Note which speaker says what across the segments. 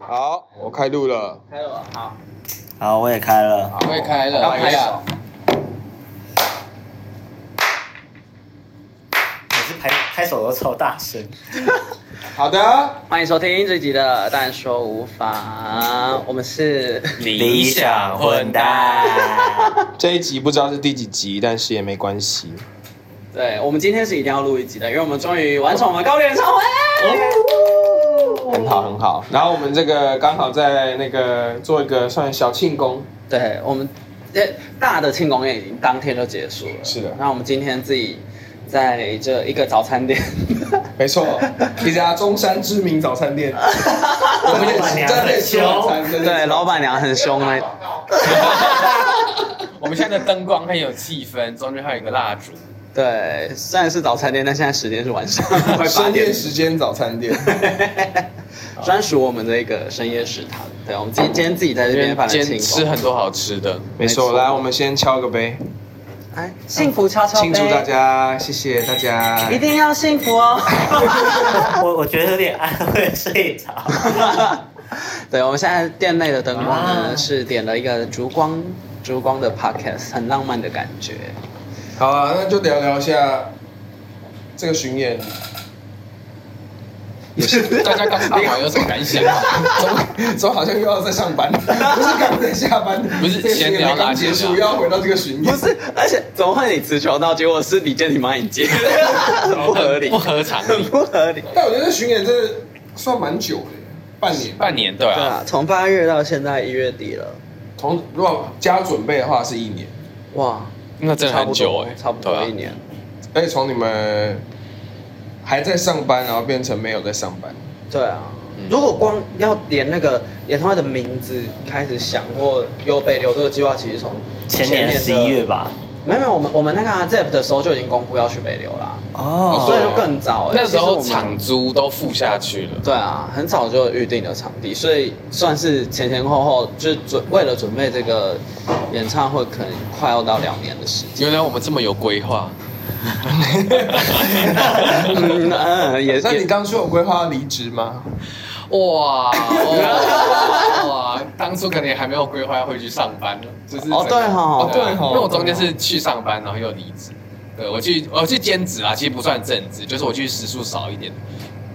Speaker 1: 好，我开录了，
Speaker 2: 开了，好，
Speaker 3: 好，我也开了。
Speaker 1: 我也开
Speaker 2: 要拍手。
Speaker 3: 每次拍拍手都超大声。
Speaker 1: 好的，
Speaker 2: 欢迎收听这集的《但说无妨》，我们是
Speaker 3: 理想混蛋。
Speaker 1: 这一集不知道是第几集，但是也没关系。
Speaker 2: 对，我们今天是一定要录一集的，因为我们终于完成我们高点演唱会。
Speaker 1: 很好很好。然后我们这个刚好在那个做一个算小庆功，
Speaker 2: 对，我们这大的庆功宴已经当天就结束了。
Speaker 1: 是的
Speaker 2: 那我们今天自己在这一个早餐 店，
Speaker 1: 没错，一家中山知名早餐店，我们也是真的吃晚餐，真的
Speaker 2: 对，老板娘很凶哎，
Speaker 4: 我们现在的灯光很有气氛，中间还有一个蜡烛。
Speaker 2: 对，虽然是早餐店，但现在时间是晚上，快 八
Speaker 1: 深
Speaker 2: 点
Speaker 1: 夜。时间早餐店，
Speaker 2: 专属我们的一个深夜食堂。对，我们今今天自己在这边办了
Speaker 4: 今
Speaker 2: 庆功
Speaker 4: 天吃很多好吃的，
Speaker 1: 没错。来，我们先敲个杯，
Speaker 2: 哎，幸福悄悄
Speaker 1: 庆祝大，家，谢谢大家。
Speaker 2: 一定要幸福哦。
Speaker 3: 我我觉得有点安慰睡着。
Speaker 2: 对，我们现在店内的灯光呢、
Speaker 3: 啊
Speaker 2: 是点了一个烛光烛光的 podcast，很浪漫的感 觉。
Speaker 1: 好啊，那就聊聊一下这个巡演。
Speaker 4: 大家刚看完有什么感想？
Speaker 1: 怎么 怎么好像又要在上 班？不是刚在下班，
Speaker 4: 不是
Speaker 1: 这个巡演
Speaker 4: 闲聊
Speaker 1: 刚
Speaker 4: 啦
Speaker 1: 结
Speaker 4: 闲
Speaker 1: 束，又
Speaker 4: 聊
Speaker 1: 要回到这个巡演。
Speaker 2: 不是，而且怎么会你词穷到结果是李健你帮你 接，很 不合理，
Speaker 4: 不合常
Speaker 2: 很
Speaker 4: 理。
Speaker 2: 不合理。
Speaker 1: 但我觉得巡演真的算蛮久的，半年。
Speaker 4: 半年对
Speaker 2: 对
Speaker 4: 啊，
Speaker 2: 啊，从八月到现在一月底了，
Speaker 1: 从如果加准备的话是一年，
Speaker 2: 哇，
Speaker 4: 那真的很久哎、
Speaker 2: 差不多
Speaker 4: 对
Speaker 2: 差
Speaker 4: 啊
Speaker 2: 不多一。年。
Speaker 1: 而且从你们还在上班，然后变成没有在上班，
Speaker 2: 对啊，
Speaker 4: 嗯
Speaker 2: 如果光要连那个演唱会的名字开始想或有北流这个计划，其实从
Speaker 3: 前年
Speaker 2: 的
Speaker 3: 十一月，吧。
Speaker 2: 没有没有，我们我们那个、啊、ZEP 的时候就已经公布要去北流啦，
Speaker 3: 哦
Speaker 2: 所以就更早、欸。
Speaker 4: 那时候
Speaker 2: 其实我们
Speaker 4: 场租都付下去了，
Speaker 2: 对啊，很早就预定了场地，所以算是前前后后就是准为了准备这个演唱会，可能快要到两年的时间。
Speaker 4: 原来我们这么有规划。
Speaker 2: 嗯，嗯也
Speaker 1: 那
Speaker 2: 是
Speaker 1: 你当初有规划要离职吗？
Speaker 4: 哇哇哇！当初可能也还没有规划会去上班呢，就是整个
Speaker 2: 哦对吼
Speaker 4: 啊
Speaker 1: 对吼
Speaker 4: 因为我中间是去上班，然后又离职。对我去我去兼职啊，其实不算正职，就是我去时数少一点。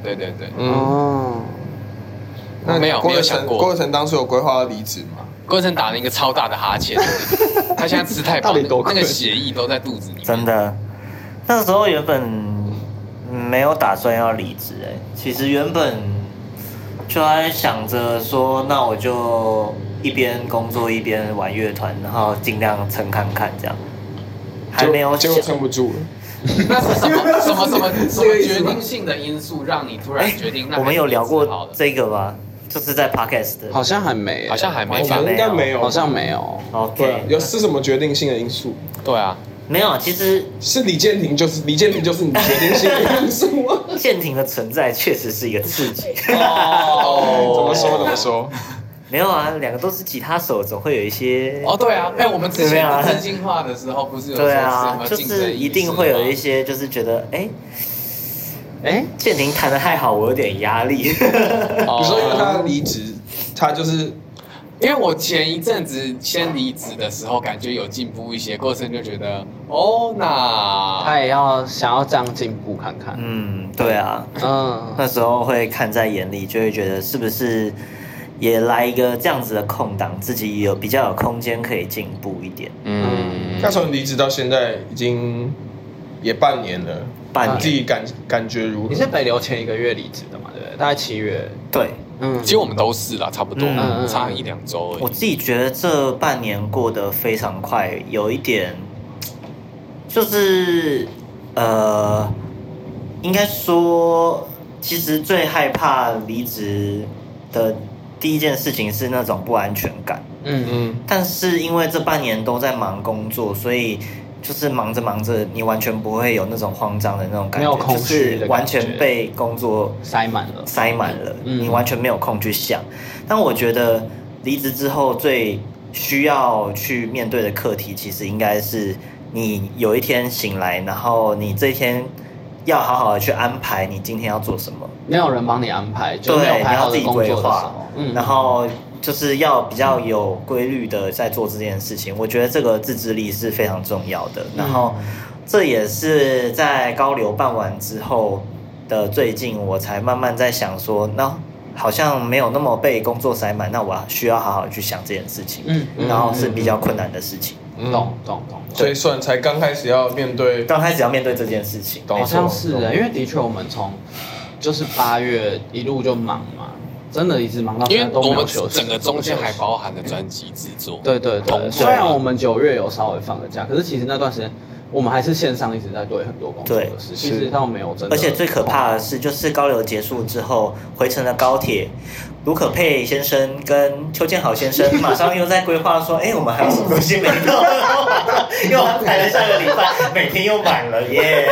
Speaker 4: 对对对，
Speaker 1: 嗯，
Speaker 2: 哦，
Speaker 1: 那
Speaker 4: 没有
Speaker 1: 郭
Speaker 4: 没
Speaker 1: 德
Speaker 4: 有
Speaker 1: 成
Speaker 4: 想过
Speaker 1: 郭德成当初有规划要离职吗？
Speaker 4: 郭晨打了一个超大的哈欠，他现在吃太饱，
Speaker 2: 到底多
Speaker 4: 那
Speaker 2: 困
Speaker 4: 个血液都在肚子里面。
Speaker 3: 真的，那时候原本嗯没有打算要离职哎，其实原本就还想着说，那我就一边工作一边玩乐团，然后尽量撑看看这样。还没有
Speaker 1: 结
Speaker 3: 想
Speaker 1: 果，撑不住了。
Speaker 4: 那是什么什么什么什
Speaker 1: 这个
Speaker 4: 么
Speaker 1: 意思
Speaker 4: 决
Speaker 1: 吗
Speaker 4: 定性的因素让你突然决定？那
Speaker 3: 我们有聊
Speaker 4: 好
Speaker 3: 过
Speaker 4: 的，
Speaker 3: 这个吗？就是在 podcast 的
Speaker 2: 好像还没欸、
Speaker 4: 好像还没
Speaker 1: 我
Speaker 4: 吧
Speaker 1: 们？应该没有，
Speaker 2: 好像没有。
Speaker 1: 对啊
Speaker 3: OK，，
Speaker 1: 有是什么决定性的因素？
Speaker 4: 对啊，
Speaker 3: 没有，其实
Speaker 1: 是李建廷，就是李建廷，就是你决定性的因素啊。
Speaker 3: 舰艇的存在确实是一个刺激。
Speaker 1: 哦，怎么说？怎么说？
Speaker 3: 没有啊，两个都是吉他手，总会有一些
Speaker 4: 哦 对啊，哎，我们之
Speaker 3: 对
Speaker 4: 前
Speaker 3: 啊
Speaker 4: 真心话的时候不是有说
Speaker 3: 对
Speaker 4: 什
Speaker 3: 啊，
Speaker 4: 么
Speaker 3: 就
Speaker 4: 竞争意识吗
Speaker 3: 是一定会有一些，就是觉得，哎、
Speaker 2: 哎、
Speaker 3: 建宁弹的太好，我有点压力。
Speaker 1: 你说因为他
Speaker 4: 哦
Speaker 1: 离职，他就是
Speaker 4: 因为我前一阵子先离职的时候，感觉有进步一些，过程就觉得哦，那
Speaker 2: 他也要想要这样进步看看。
Speaker 3: 嗯，对啊，
Speaker 2: 嗯，
Speaker 3: 那时候会看在眼里，就会觉得是不是也来一个这样子的空档，自己有比较有空间可以进步一点。
Speaker 4: 嗯
Speaker 1: 他从离职到现在已经也半年了，
Speaker 3: 半年
Speaker 1: 你自己感感觉如何
Speaker 2: 你？是北流前一个月离职的嘛？对不对？大概七月。
Speaker 3: 对
Speaker 2: 嗯
Speaker 4: 其实我们都是啦，差不多
Speaker 3: 嗯
Speaker 2: 嗯嗯
Speaker 4: 差一两周而
Speaker 3: 我
Speaker 4: 已。
Speaker 3: 自己觉得这半年过得非常快，有一点就是呃，应该说，其实最害怕离职的第一件事情是那种不安全感。
Speaker 2: 嗯
Speaker 1: 嗯，
Speaker 3: 但是因为这半年都在忙工作，所以就是忙着忙着，你完全不会有那种慌张的那种感
Speaker 2: 没有
Speaker 3: 觉，
Speaker 2: 空虚的感觉
Speaker 3: 就是完全被工作
Speaker 2: 塞满了。
Speaker 3: 塞满了，
Speaker 2: 嗯
Speaker 3: 你完全没有空去想。但我觉得离职之后最需要去面对的课题，其实应该是你有一天醒来，然后你这一天要好好的去安排你今天要做什么。
Speaker 2: 没有人帮你安排，就
Speaker 3: 对
Speaker 2: 没有排好
Speaker 3: 你要自
Speaker 2: 的
Speaker 3: 己
Speaker 2: 工作的时
Speaker 3: 规划
Speaker 2: 候，嗯
Speaker 3: 然后就是要比较有规律的在做这件事情。我觉得这个自制力是非常重要的。然后
Speaker 2: 嗯
Speaker 3: 这也是在高流办完之后的最近，我才慢慢在想说，那好像没有那么被工作塞满，那我需要好好去想这件事情。
Speaker 2: 嗯嗯
Speaker 3: 然后是比较困难的事情。
Speaker 2: 懂懂
Speaker 3: 嗯
Speaker 2: 懂懂。
Speaker 1: 所以算才刚开始要面对，
Speaker 3: 刚开始要面对这件事情，
Speaker 1: 懂
Speaker 2: 好像
Speaker 1: 懂
Speaker 2: 是欸
Speaker 1: 懂
Speaker 2: 的，因为的确我们从就是八月一路就忙嘛，真的一直忙到
Speaker 4: 因
Speaker 2: 现
Speaker 4: 为
Speaker 2: 在都没
Speaker 4: 我们
Speaker 2: 有休息
Speaker 4: 整个中间
Speaker 2: 都
Speaker 4: 还
Speaker 2: 没有休息
Speaker 4: 包含了专辑制作，
Speaker 2: 对对对，
Speaker 4: 同
Speaker 2: 虽
Speaker 4: 时
Speaker 2: 然我们九月有稍微放个假，可是其实那段时间我们还是线上一直在对很多工作的事，其实倒没有真的。
Speaker 3: 而且最可怕的是，就是高流结束之后回程的高铁，卢可佩先生跟邱建豪先生马上又在规划说，哎、我们还有什么东西没到， 又安排了下个礼拜，每天又满了耶。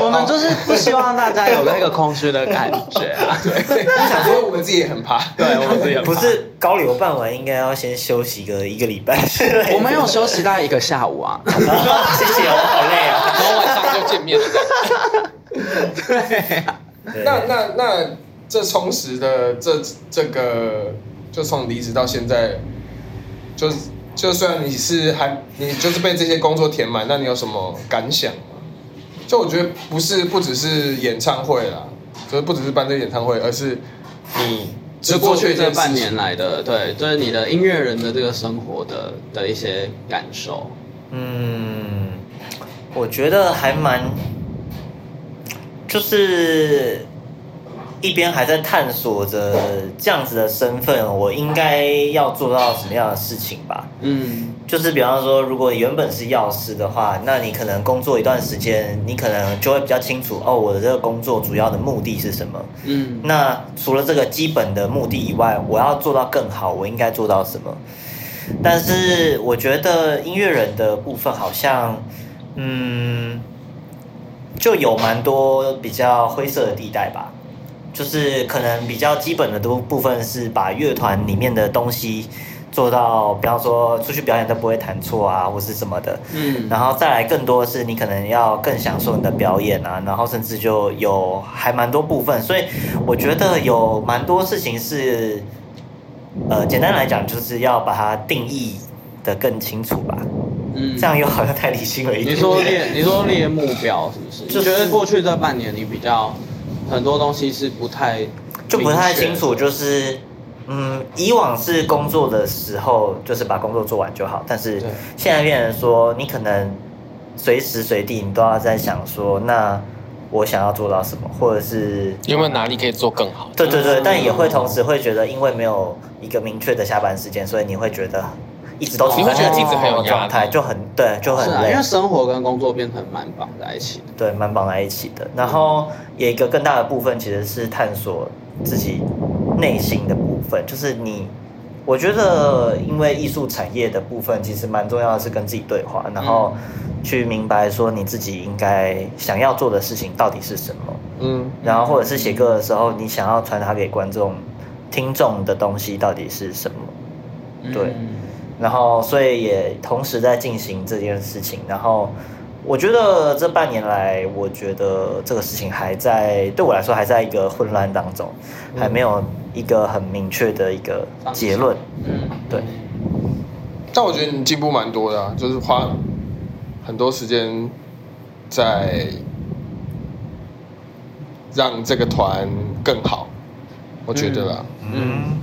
Speaker 2: 我们就是不希望大家有那个空虚的感觉 啊。
Speaker 1: 对， 我想说我们自己也很怕，
Speaker 2: 对，我们自己也
Speaker 3: 不是高流办完应该要先休息个一个礼拜之类 的，
Speaker 2: 我们有休息大概一个下午啊。
Speaker 3: 谢谢，我好累啊。
Speaker 4: 然后晚上就见面了。
Speaker 2: 对啊，
Speaker 3: 对
Speaker 1: 那那那这充实的这这个，就从离职到现在，就是就算你是还你就是被这些工作填满，那你有什么感想吗？就我觉得不是不只是演唱会啦，就是不只是办这个演唱会，而是你
Speaker 2: 就
Speaker 1: 只
Speaker 2: 过
Speaker 1: 做这
Speaker 2: 去这
Speaker 1: 件
Speaker 2: 半
Speaker 1: 事
Speaker 2: 年
Speaker 1: 情。
Speaker 2: 来的，对，就是你的音乐人的这个生活的的一些感受。
Speaker 3: 嗯，我觉得还蛮，就是一边还在探索着这样子的身份，我应该要做到什么样的事情吧。
Speaker 2: 嗯，
Speaker 3: 就是比方说，如果原本是药师的话，那你可能工作一段时间，你可能就会比较清楚哦，我的这个工作主要的目的是什么。
Speaker 2: 嗯，
Speaker 3: 那除了这个基本的目的以外，我要做到更好，我应该做到什么？但是我觉得音乐人的部分好像，嗯，就有蛮多比较灰色的地带吧。就是可能比较基本的都部分是把乐团里面的东西做到，比方说出去表演都不会弹错啊，或是什么的。
Speaker 2: 嗯
Speaker 3: 然后再来更多的是你可能要更享受你的表演啊，然后甚至就有还蛮多部分，所以我觉得有蛮多事情是，呃，简单来讲就是要把它定义的更清楚吧，
Speaker 2: 嗯
Speaker 3: 这样又好像太理性了一点。
Speaker 2: 你 说列，你说列目标是不是？
Speaker 3: 就是
Speaker 2: 你觉得过去这半年你比较很多东西是不太
Speaker 3: 就不太
Speaker 2: 明确
Speaker 3: 清楚，就是嗯，以往是工作的时候，就是把工作做完就好，但是
Speaker 2: 对
Speaker 3: 现在变成说，你可能随时随地你都要在想说，那我想要做到什么，或者是
Speaker 4: 有没有哪里可以做更好？
Speaker 3: 对对对，
Speaker 2: 嗯
Speaker 3: 但也会同时会觉得，因为没有一个明确的下班时间，所以你会觉得一
Speaker 4: 哦
Speaker 3: 直都处
Speaker 2: 你
Speaker 3: 在
Speaker 2: 会觉得
Speaker 3: 这个
Speaker 2: 一直
Speaker 4: 很有压力
Speaker 3: 状态，就很对，就很
Speaker 2: 是啊，
Speaker 3: 累
Speaker 2: 因为生活跟工作变成蛮绑在一起的。
Speaker 3: 对，蛮绑在一起的。然后有一个更大的部分其实是探索自己内心的部分，就是你，我觉得因为艺术产业的部分其实蛮重要的是跟自己对话，然后
Speaker 4: 嗯
Speaker 3: 去明白说你自己应该想要做的事情到底是什么，
Speaker 1: 嗯，
Speaker 3: 然后或者是写歌的时候你想要传达给观众、听众的东西到底是什么。
Speaker 2: 嗯
Speaker 3: 对然后所以也同时在进行这件事情。然后我觉得这半年来，我觉得这个事情还在对我来说还在一个混乱当中，还没有一个很明确的一个结论。
Speaker 2: 嗯，
Speaker 3: 对
Speaker 1: 但我觉得你进步蛮多的、啊，就是花很多时间在让这个团更好，我觉得啦。
Speaker 3: 嗯，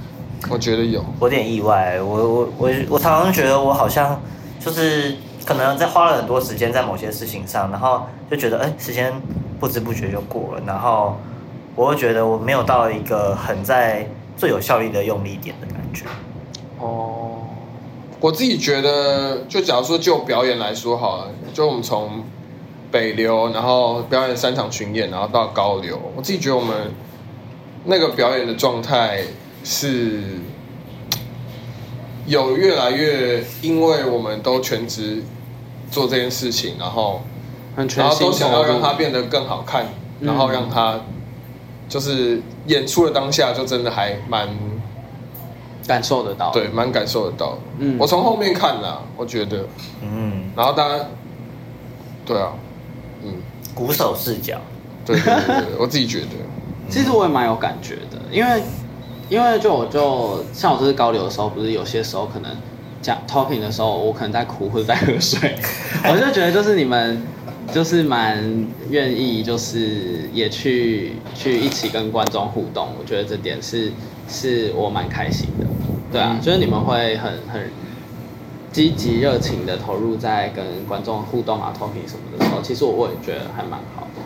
Speaker 1: 我觉得有，
Speaker 3: 我有点意外，我我我我常常觉得我好像就是可能在花了很多时间在某些事情上，然后就觉得哎，时间不知不觉就过了，然后我又觉得我没有到一个很在最有效率的用力点的感觉。
Speaker 1: 哦，我自己觉得，就假如说就表演来说好了，就我们从北流，然后表演三场巡演，然后到高流，我自己觉得我们那个表演的状态是有越来越，因为我们都全职做这件事情，然后
Speaker 2: 很全
Speaker 1: 然后
Speaker 2: 心
Speaker 1: 都想要
Speaker 2: 投入
Speaker 1: 让它变得更好看，
Speaker 2: 嗯
Speaker 1: 然后让它就是演出的当下就真的还蛮。
Speaker 2: 感受得到。
Speaker 1: 对，蛮感受得到。
Speaker 2: 嗯
Speaker 1: 嗯，我从后面看啦，我觉得，
Speaker 3: 嗯。
Speaker 1: 然后大家，对啊，嗯，
Speaker 3: 鼓手视角，
Speaker 1: 对对对对，我自己觉得，
Speaker 2: 其实我也蛮有感觉的，因为因为就我就像我这次高流的时候，不是有些时候可能讲 talking 的时候，我可能在哭或者在喝水，我就觉得就是你们就是蛮愿意，就是也去去一起跟观众互动，我觉得这点是是我蛮开心的。对啊，就是你们会很很积极热情的投入在跟观众互动啊、talking 什么的时候，其实我我也觉得还蛮好的。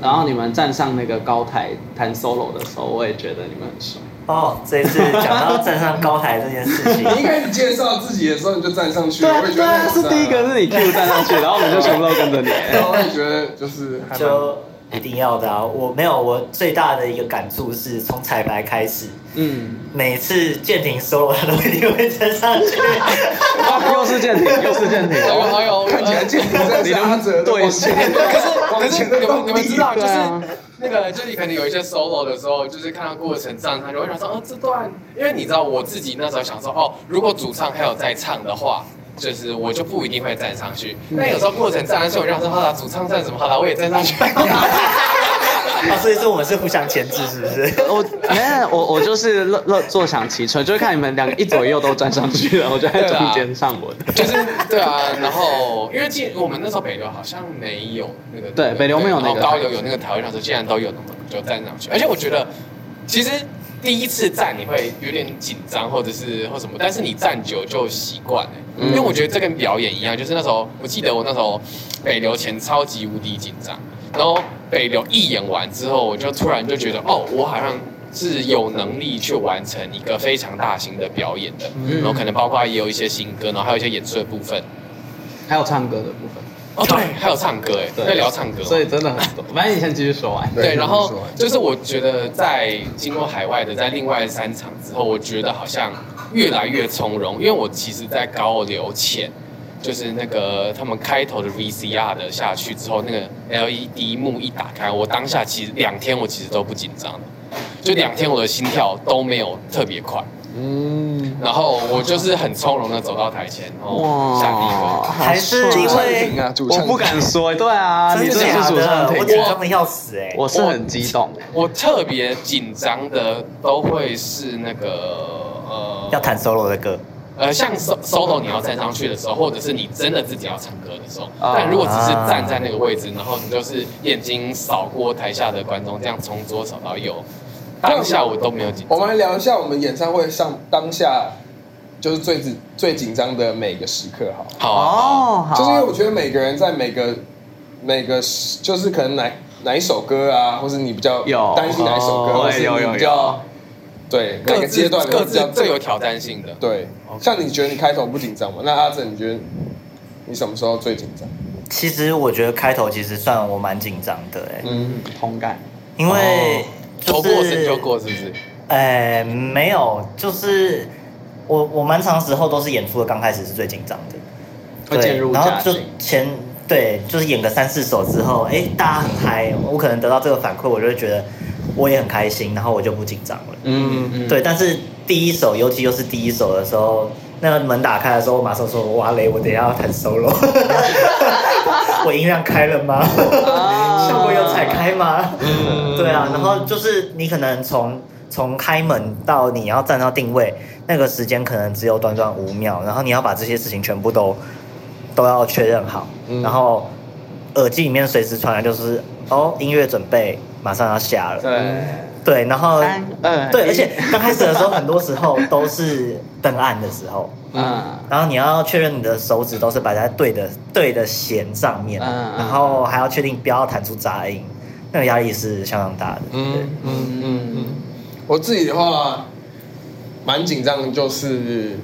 Speaker 2: 然后你们站上那个高台弹 solo 的时候，我也觉得你们很帅。
Speaker 3: 哦，这一次讲到站上高台这件事情，
Speaker 1: 你一开始介绍自己的时候你就站上去
Speaker 2: 对
Speaker 1: 了，
Speaker 2: 啊
Speaker 1: 我也，觉
Speaker 2: 对
Speaker 1: 得
Speaker 2: 啊，
Speaker 1: 很
Speaker 2: 是第一个
Speaker 1: 赞啊
Speaker 2: 是你 Q 站上去，然后我们就全部都跟着你。
Speaker 1: 然后我也觉得就是还蛮
Speaker 3: 就一定要的啊！我没有，我最大的一个感触是从彩排开始，
Speaker 2: 嗯，
Speaker 3: 每次舰艇 solo 他都一定会站上去。
Speaker 2: 哇，哦又是舰艇，又是舰艇。哦
Speaker 4: 哎呦哎呦，
Speaker 1: 看起来健步在沙泽的往前，
Speaker 4: 可是
Speaker 1: 往
Speaker 4: 可
Speaker 1: 前
Speaker 4: 是
Speaker 1: 的
Speaker 4: 你
Speaker 1: 动
Speaker 4: 们
Speaker 1: 力
Speaker 4: 你们知道，就
Speaker 2: 对啊
Speaker 4: 是那个，就是你可能有一些 solo 的时候，就是看到过程上，他就会想说，哦，这段，因为你知道我自己那时候想说，哦，如果主唱还有在唱的话。就是我就不一定会站上去，但有时候过程站上去，我就想说好啦，主唱站什么好啦，我也站上去。
Speaker 3: 哦，所以说我们是互相牵制，是不是？
Speaker 2: 我没有，我我就是乐乐坐享其成，就是看你们两个一左一右都站上去了，我就在中间上我的。
Speaker 4: 就是对啊，然后因为记我们那时候北流好像没有那个，
Speaker 2: 对北流没有那个
Speaker 4: 然后高流有那个台，我想说既然都有，那么就站上去。而且我觉得其实第一次站你会有点紧张，或者是或什么，但是你站久就习惯了。
Speaker 2: 嗯
Speaker 4: 因为我觉得这跟表演一样，就是那时候我记得我那时候北流前超级无敌紧张，然后北流一演完之后，我就突然就觉得哦，我好像是有能力去完成一个非常大型的表演的，
Speaker 2: 嗯
Speaker 4: 然后可能包括也有一些新歌，然后还有一些演出的部分。
Speaker 2: 还有唱歌的部分，
Speaker 4: 哦，对，还有唱歌哎，
Speaker 2: 对
Speaker 4: 要聊唱歌哦。
Speaker 2: 所以真的很多。反正你先继续说完。
Speaker 4: 对，然后
Speaker 1: 没错
Speaker 4: 就是我觉得在经过海外的在另外三场之后，我觉得好像越来越从容，因为我其实，在高流前，就是那个他们开头的 VCR 的下去之后，那个 LED 幕一打开，我当下其实两天我其实都不紧张的，就两天我的心跳都没有特别快，
Speaker 1: 嗯，
Speaker 4: 然后我就是很从容的走到台前，然后下第一个。
Speaker 2: 哇，
Speaker 3: 还是
Speaker 2: 好帅
Speaker 3: 因
Speaker 1: 主
Speaker 3: 为
Speaker 1: 唱停啊，主
Speaker 2: 我
Speaker 1: 唱
Speaker 2: 不敢说，对啊，你
Speaker 3: 真
Speaker 2: 真的
Speaker 3: 的假
Speaker 2: 是主
Speaker 3: 的
Speaker 2: 唱？
Speaker 3: 我
Speaker 2: 挺
Speaker 3: 紧张的要死哎！
Speaker 2: 我是很激动，
Speaker 4: 我特别紧张的都会是那个呃，
Speaker 3: 要弹 solo 的歌，
Speaker 4: 呃，像 so- solo 你要站上去的时候，或者是你真的自己要唱歌的时候，
Speaker 2: 啊
Speaker 4: 但如果只是站在那个位置，然后你就是眼睛扫过台下的观众，这样从左扫到右，当下我都没有紧
Speaker 1: 我
Speaker 4: 张。
Speaker 1: 们来聊一下我们演唱会上当下就是最紧最紧张的每个时刻好了，
Speaker 4: 好啊、好啊
Speaker 2: 哦，好，
Speaker 1: 就是因为我觉得每个人在每个每个时就是可能哪哪一首歌啊，或是你比较
Speaker 2: 有
Speaker 1: 担心哪一首歌，
Speaker 2: 哦
Speaker 1: 或是
Speaker 2: 有有
Speaker 1: 你
Speaker 2: 有
Speaker 1: 比较对哪
Speaker 4: 各
Speaker 1: 个
Speaker 4: 自
Speaker 1: 阶段
Speaker 4: 各
Speaker 1: 比较
Speaker 4: 自最有挑战性的。
Speaker 1: 对，像你觉得你开头不紧张吗？那阿正，你觉得你什么时候最紧张？
Speaker 3: 其实我觉得开头其实算我蛮紧张的哎，
Speaker 1: 嗯，
Speaker 2: 同感，
Speaker 3: 因为
Speaker 2: 哦
Speaker 3: 就是
Speaker 4: 头过身就过，是不是？
Speaker 3: 呃，没有，就是我我蛮长时候都是演出的刚开始是最紧张的，
Speaker 2: 会
Speaker 3: 对，
Speaker 2: 渐入
Speaker 3: 然后
Speaker 2: 佳
Speaker 3: 就
Speaker 2: 境。
Speaker 3: 前对，就是演个三四首之后，哎，大家很嗨，我可能得到这个反馈，我就会觉得我也很开心，然后我就不紧张了。
Speaker 2: 嗯，
Speaker 4: 嗯，
Speaker 3: 对，但是第一首，尤其又是第一首的时候，那个门打开的时候，我马上说：“哇嘞，我等一下要 弹 solo，我音量开了吗？
Speaker 2: 啊
Speaker 3: 效果有踩开吗？”对啊，然后就是你可能从从开门到你要站到定位，那个时间可能只有短短五秒，然后你要把这些事情全部都都要确认好，然后耳机里面随时传来就是哦，音乐准备马上要下了，
Speaker 2: 对，
Speaker 3: 对，然后
Speaker 2: 三二
Speaker 3: 呃对，
Speaker 2: 一
Speaker 3: 而且刚开始的时候，很多时候都是登岸的时候，
Speaker 2: 嗯，
Speaker 3: 然后你要确认你的手指都是摆在对的对的弦上面，
Speaker 2: 嗯嗯
Speaker 3: 然后还要确定不要弹出杂音，那个压力是相当大的。
Speaker 1: 嗯嗯嗯嗯，我自己的话蛮紧张，的，就是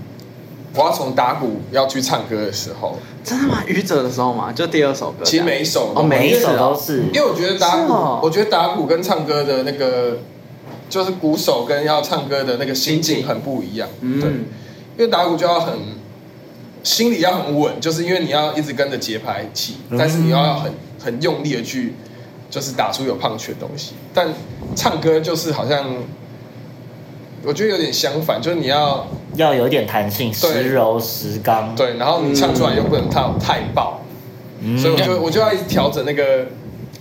Speaker 1: 我要从打鼓要去唱歌的时候，
Speaker 2: 真的吗？愚者的时候吗？就第二首歌
Speaker 1: 其
Speaker 2: 这样，
Speaker 1: 实每一首都
Speaker 2: 哦，每
Speaker 3: 每
Speaker 2: 一
Speaker 3: 一
Speaker 2: 首
Speaker 3: 首都
Speaker 2: 都
Speaker 3: 是，
Speaker 1: 因为我觉得打
Speaker 2: 是
Speaker 1: 鼓，
Speaker 2: 哦
Speaker 1: 我觉得打鼓跟唱歌的那个就是鼓手跟要唱歌的那个心境很不一样，对，
Speaker 2: 嗯，
Speaker 1: 因为打鼓就要很心里要很稳，就是因为你要一直跟着节拍起，
Speaker 3: 嗯
Speaker 1: 但是你要很很用力的去，就是打出有胖曲的东西。但唱歌就是好像，我觉得有点相反，就是你要
Speaker 3: 要有点弹性，
Speaker 1: 对
Speaker 3: 时柔时刚。，
Speaker 1: 对，然后你唱出来又不能太太爆，
Speaker 3: 嗯
Speaker 1: 所以我就我就要一直调整那个，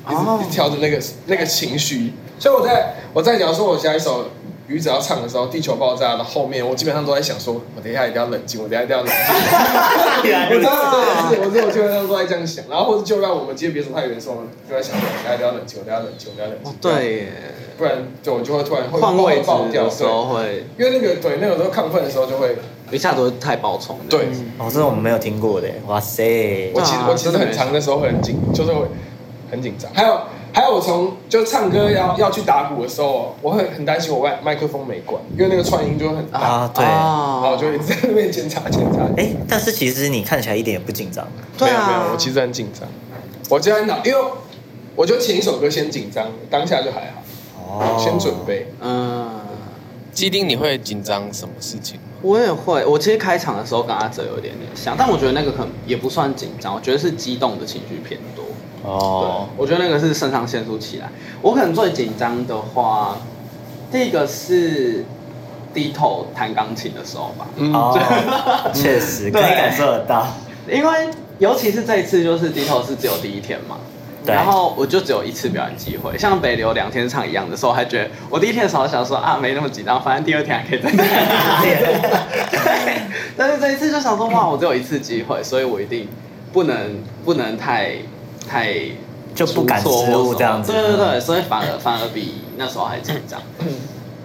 Speaker 1: 一直
Speaker 2: 哦
Speaker 1: 一直调整那个那个情绪。所以我在我在讲说，我下一首鱼只要唱的时候，地球爆炸的后面，我基本上都在想说，我等一下一定要冷静，我等一下一定要冷静。
Speaker 3: 原来
Speaker 1: 我
Speaker 3: 如
Speaker 1: 知
Speaker 3: 此
Speaker 1: 道，真的是，我是我基本上都在这样想，然后或者就让我们接别什么太原的时候，就在想，我等一下一定要冷静，我等一下冷静，我等一下冷静。，
Speaker 2: 哦对耶，
Speaker 1: 不然就我就会突然会
Speaker 2: 换位置
Speaker 1: 爆掉，
Speaker 2: 的时候
Speaker 1: 对，
Speaker 2: 会
Speaker 1: 因为那个对那个时候亢奋的时候就会嗯
Speaker 2: 一下子会太爆冲。
Speaker 1: 对。
Speaker 3: 哦，这种我们没有听过的，哇塞！
Speaker 1: 我其实
Speaker 2: 对啊
Speaker 1: 我其实很长的时候会很紧，就是会很紧张。还有还有，我从就唱歌要要去打鼓的时候，我会很担心我麦麦克风没关，因为那个串音就会很大，
Speaker 2: 哦
Speaker 3: 啊 对
Speaker 1: 然后我就一直在那边检查检查。
Speaker 3: 哎、但是其实你看起来一点也不紧张，
Speaker 2: 对
Speaker 1: 没有
Speaker 2: 啊
Speaker 1: 没有，我其实很紧张。我今天脑，因为我就前一首歌先紧张，当下就还好，
Speaker 3: 哦
Speaker 1: 先准。备。
Speaker 2: 嗯，
Speaker 4: 基丁，你会紧张什么事情吗？
Speaker 2: 我也会。我其实开场的时候跟阿哲有一点点像，但我觉得那个可能也不算紧张，我觉得是激动的情绪偏多。
Speaker 3: 哦
Speaker 2: 对，，我觉得那个是肾上腺素起来。我可能最紧张的话，第一个是低头弹钢琴的时候吧，
Speaker 1: 嗯，
Speaker 3: 哦，确实可以
Speaker 2: 对
Speaker 3: 感受得到。
Speaker 2: 因为尤其是这一次就是低头是只有第一天嘛。
Speaker 3: 对
Speaker 2: 然后我就只有一次表演机会，像北流两天唱一样的时候，还觉得我第一天的时候想说啊没那么紧张，反正第二天还可以再来。 对，但是这一次就想说哇，我只有一次机会，所以我一定不能不能太太
Speaker 3: 就不敢
Speaker 2: 出错或
Speaker 3: 失误
Speaker 2: 什么
Speaker 3: 这样子嗯
Speaker 2: 对对对，所以反而反而比那时候还紧张。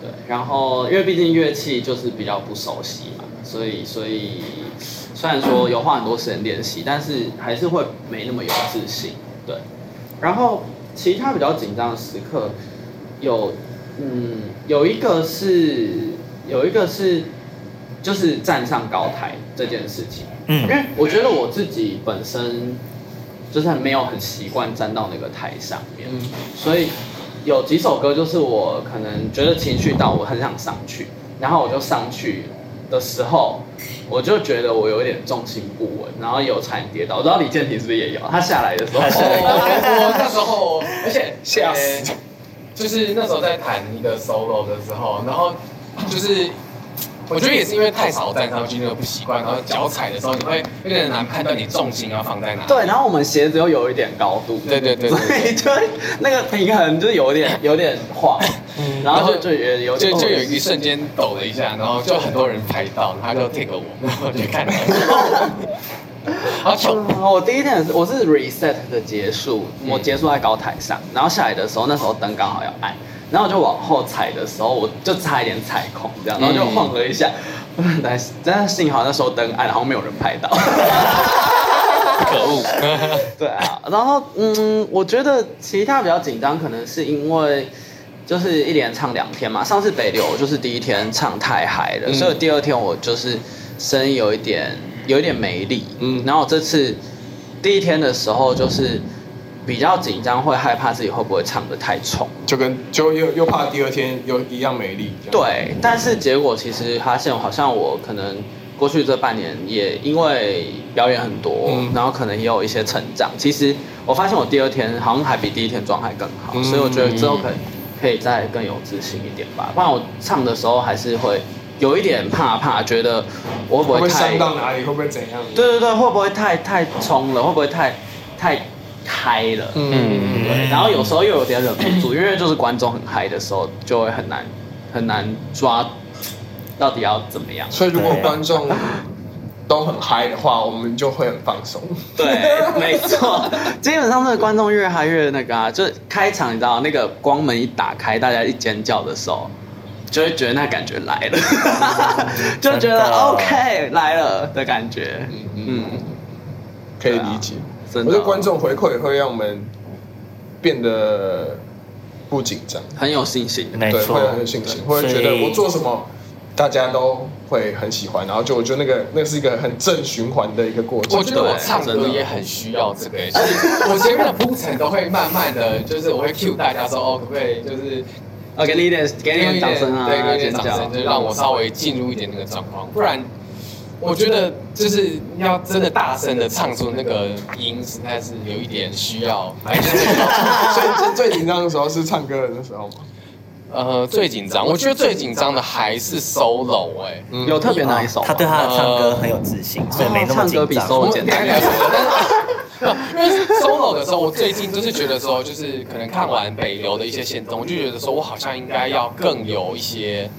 Speaker 2: 对，然后因为毕竟乐器就是比较不熟悉嘛，所以所以虽然说有花很多时间练习，但是还是会没那么有自信。对，然后其他比较紧张的时刻有，嗯，有一个是有一个是就是站上高台这件事情，
Speaker 3: 嗯
Speaker 2: 因为我觉得我自己本身就是没有很习惯站到那个台上面，
Speaker 1: 嗯
Speaker 2: 所以有几首歌就是我可能觉得情绪到，我很想上去，然后我就上去的时候，我就觉得我有一点重心不稳，然后有差点跌倒。我不知道李健廷是不是也有？他下来的时候，
Speaker 4: 我那时候，而且
Speaker 1: 吓死
Speaker 4: 呃就是那时候在弹一个 solo 的时候，然后就是我觉得也是因为太少站上去，那个不习惯，然后脚踩的时候你会有点难判断你重心要放在哪。
Speaker 2: 对，然后我们鞋子又有一点高度，
Speaker 4: 对对对对
Speaker 2: 所以就会那个平衡就有点有点晃，然后就就也有
Speaker 4: 嗯就
Speaker 2: 点
Speaker 4: 就有一瞬间抖了一下，然后就很多人拍到，他就 take 我，然后我就看到，好糗。
Speaker 2: 嗯我第一天也是我是 reset 的结束，
Speaker 4: 嗯
Speaker 2: 我结束在高台上，然后下来的时候，那时候灯刚好要暗，然后我就往后踩的时候，我就差一点踩空这样，然后就晃了一下，
Speaker 4: 嗯
Speaker 2: 但是但是幸好那时候灯暗，然后没有人拍 到。
Speaker 4: 可恶！
Speaker 2: 对啊，然后嗯，我觉得其他比较紧张，可能是因为就是一连唱两天嘛。上次北流我就是第一天唱太嗨了，
Speaker 1: 嗯
Speaker 2: 所以第二天我就是声音有一点有一点没力。
Speaker 1: 嗯
Speaker 2: 嗯，然后这次第一天的时候就是比较紧张，会害怕自己会不会唱的太冲。
Speaker 1: 就跟就又又怕第二天又一样没力。这样，
Speaker 2: 对，但是结果其实发现，好像我可能过去这半年也因为表演很多，
Speaker 1: 嗯
Speaker 2: 然后可能也有一些成长。其实我发现我第二天好像还比第一天状态更好，
Speaker 1: 嗯
Speaker 2: 所以我觉得之后可以可以再更有自信一点吧。不然我唱的时候还是会有一点怕怕，觉得我会不
Speaker 1: 会不会
Speaker 2: 会太
Speaker 1: 伤到哪里？会不会怎样？
Speaker 2: 对对对，会不会太太冲了？会不会太太嗨了？
Speaker 1: 嗯，
Speaker 2: 对，然后有时候又有点忍不住，因为就是观众很嗨的时候，就会很难很难抓到底要怎么样。
Speaker 1: 所以如果
Speaker 3: 对
Speaker 1: 观众都很嗨的话，我们就会很放松。
Speaker 2: 对，没错，基本上那个观众越嗨越那个啊，就是开场你知道那个光门一打开，大家一尖叫的时候，就会觉得那感觉来了，就觉
Speaker 3: 真
Speaker 2: 得
Speaker 3: 的
Speaker 2: OK 来了的感觉。
Speaker 1: 嗯
Speaker 2: 嗯
Speaker 1: 嗯，，可以理解。
Speaker 2: 真
Speaker 1: 啊我觉
Speaker 2: 的
Speaker 1: 得观众回馈会让我们变得不紧张，
Speaker 2: 很有信心。
Speaker 3: 没
Speaker 1: 对，
Speaker 3: 错
Speaker 1: 会，很有信心，会觉
Speaker 3: 所
Speaker 1: 得
Speaker 3: 以
Speaker 1: 我做什么大家都会很喜欢，然后就我觉得那个那是一个很正循环的一个过程。
Speaker 4: 我觉得我唱歌也很需要这个，就是我前面的铺陈都会慢慢的，就是我会 cue 大家说，哦，可不可以就是
Speaker 2: 呃，给你一点，给你一点掌声啊，
Speaker 4: 对，给你一点
Speaker 2: 尖
Speaker 4: 掌
Speaker 2: 叫
Speaker 4: 声，就让我稍微进入一点那个状况，不然我觉得就是要真的大声的唱出那个音，实在是有一点需要。哎就是
Speaker 1: 所以最最紧张的时候是唱歌的时候嘛，
Speaker 4: 呃，最紧张，我觉得最紧张的还是 solo 哎、
Speaker 1: 嗯
Speaker 2: 有特别哪一首吗？
Speaker 3: 他对他的唱歌很有自信，所以没那么
Speaker 2: 唱歌
Speaker 3: 紧
Speaker 2: 比
Speaker 3: 张。
Speaker 2: solo
Speaker 4: 我
Speaker 2: 简单
Speaker 4: 但是因为 solo 的时候，我最近就是觉得说，就是可能看完北流的一些线动，我就觉得说我好像应该要更有一些，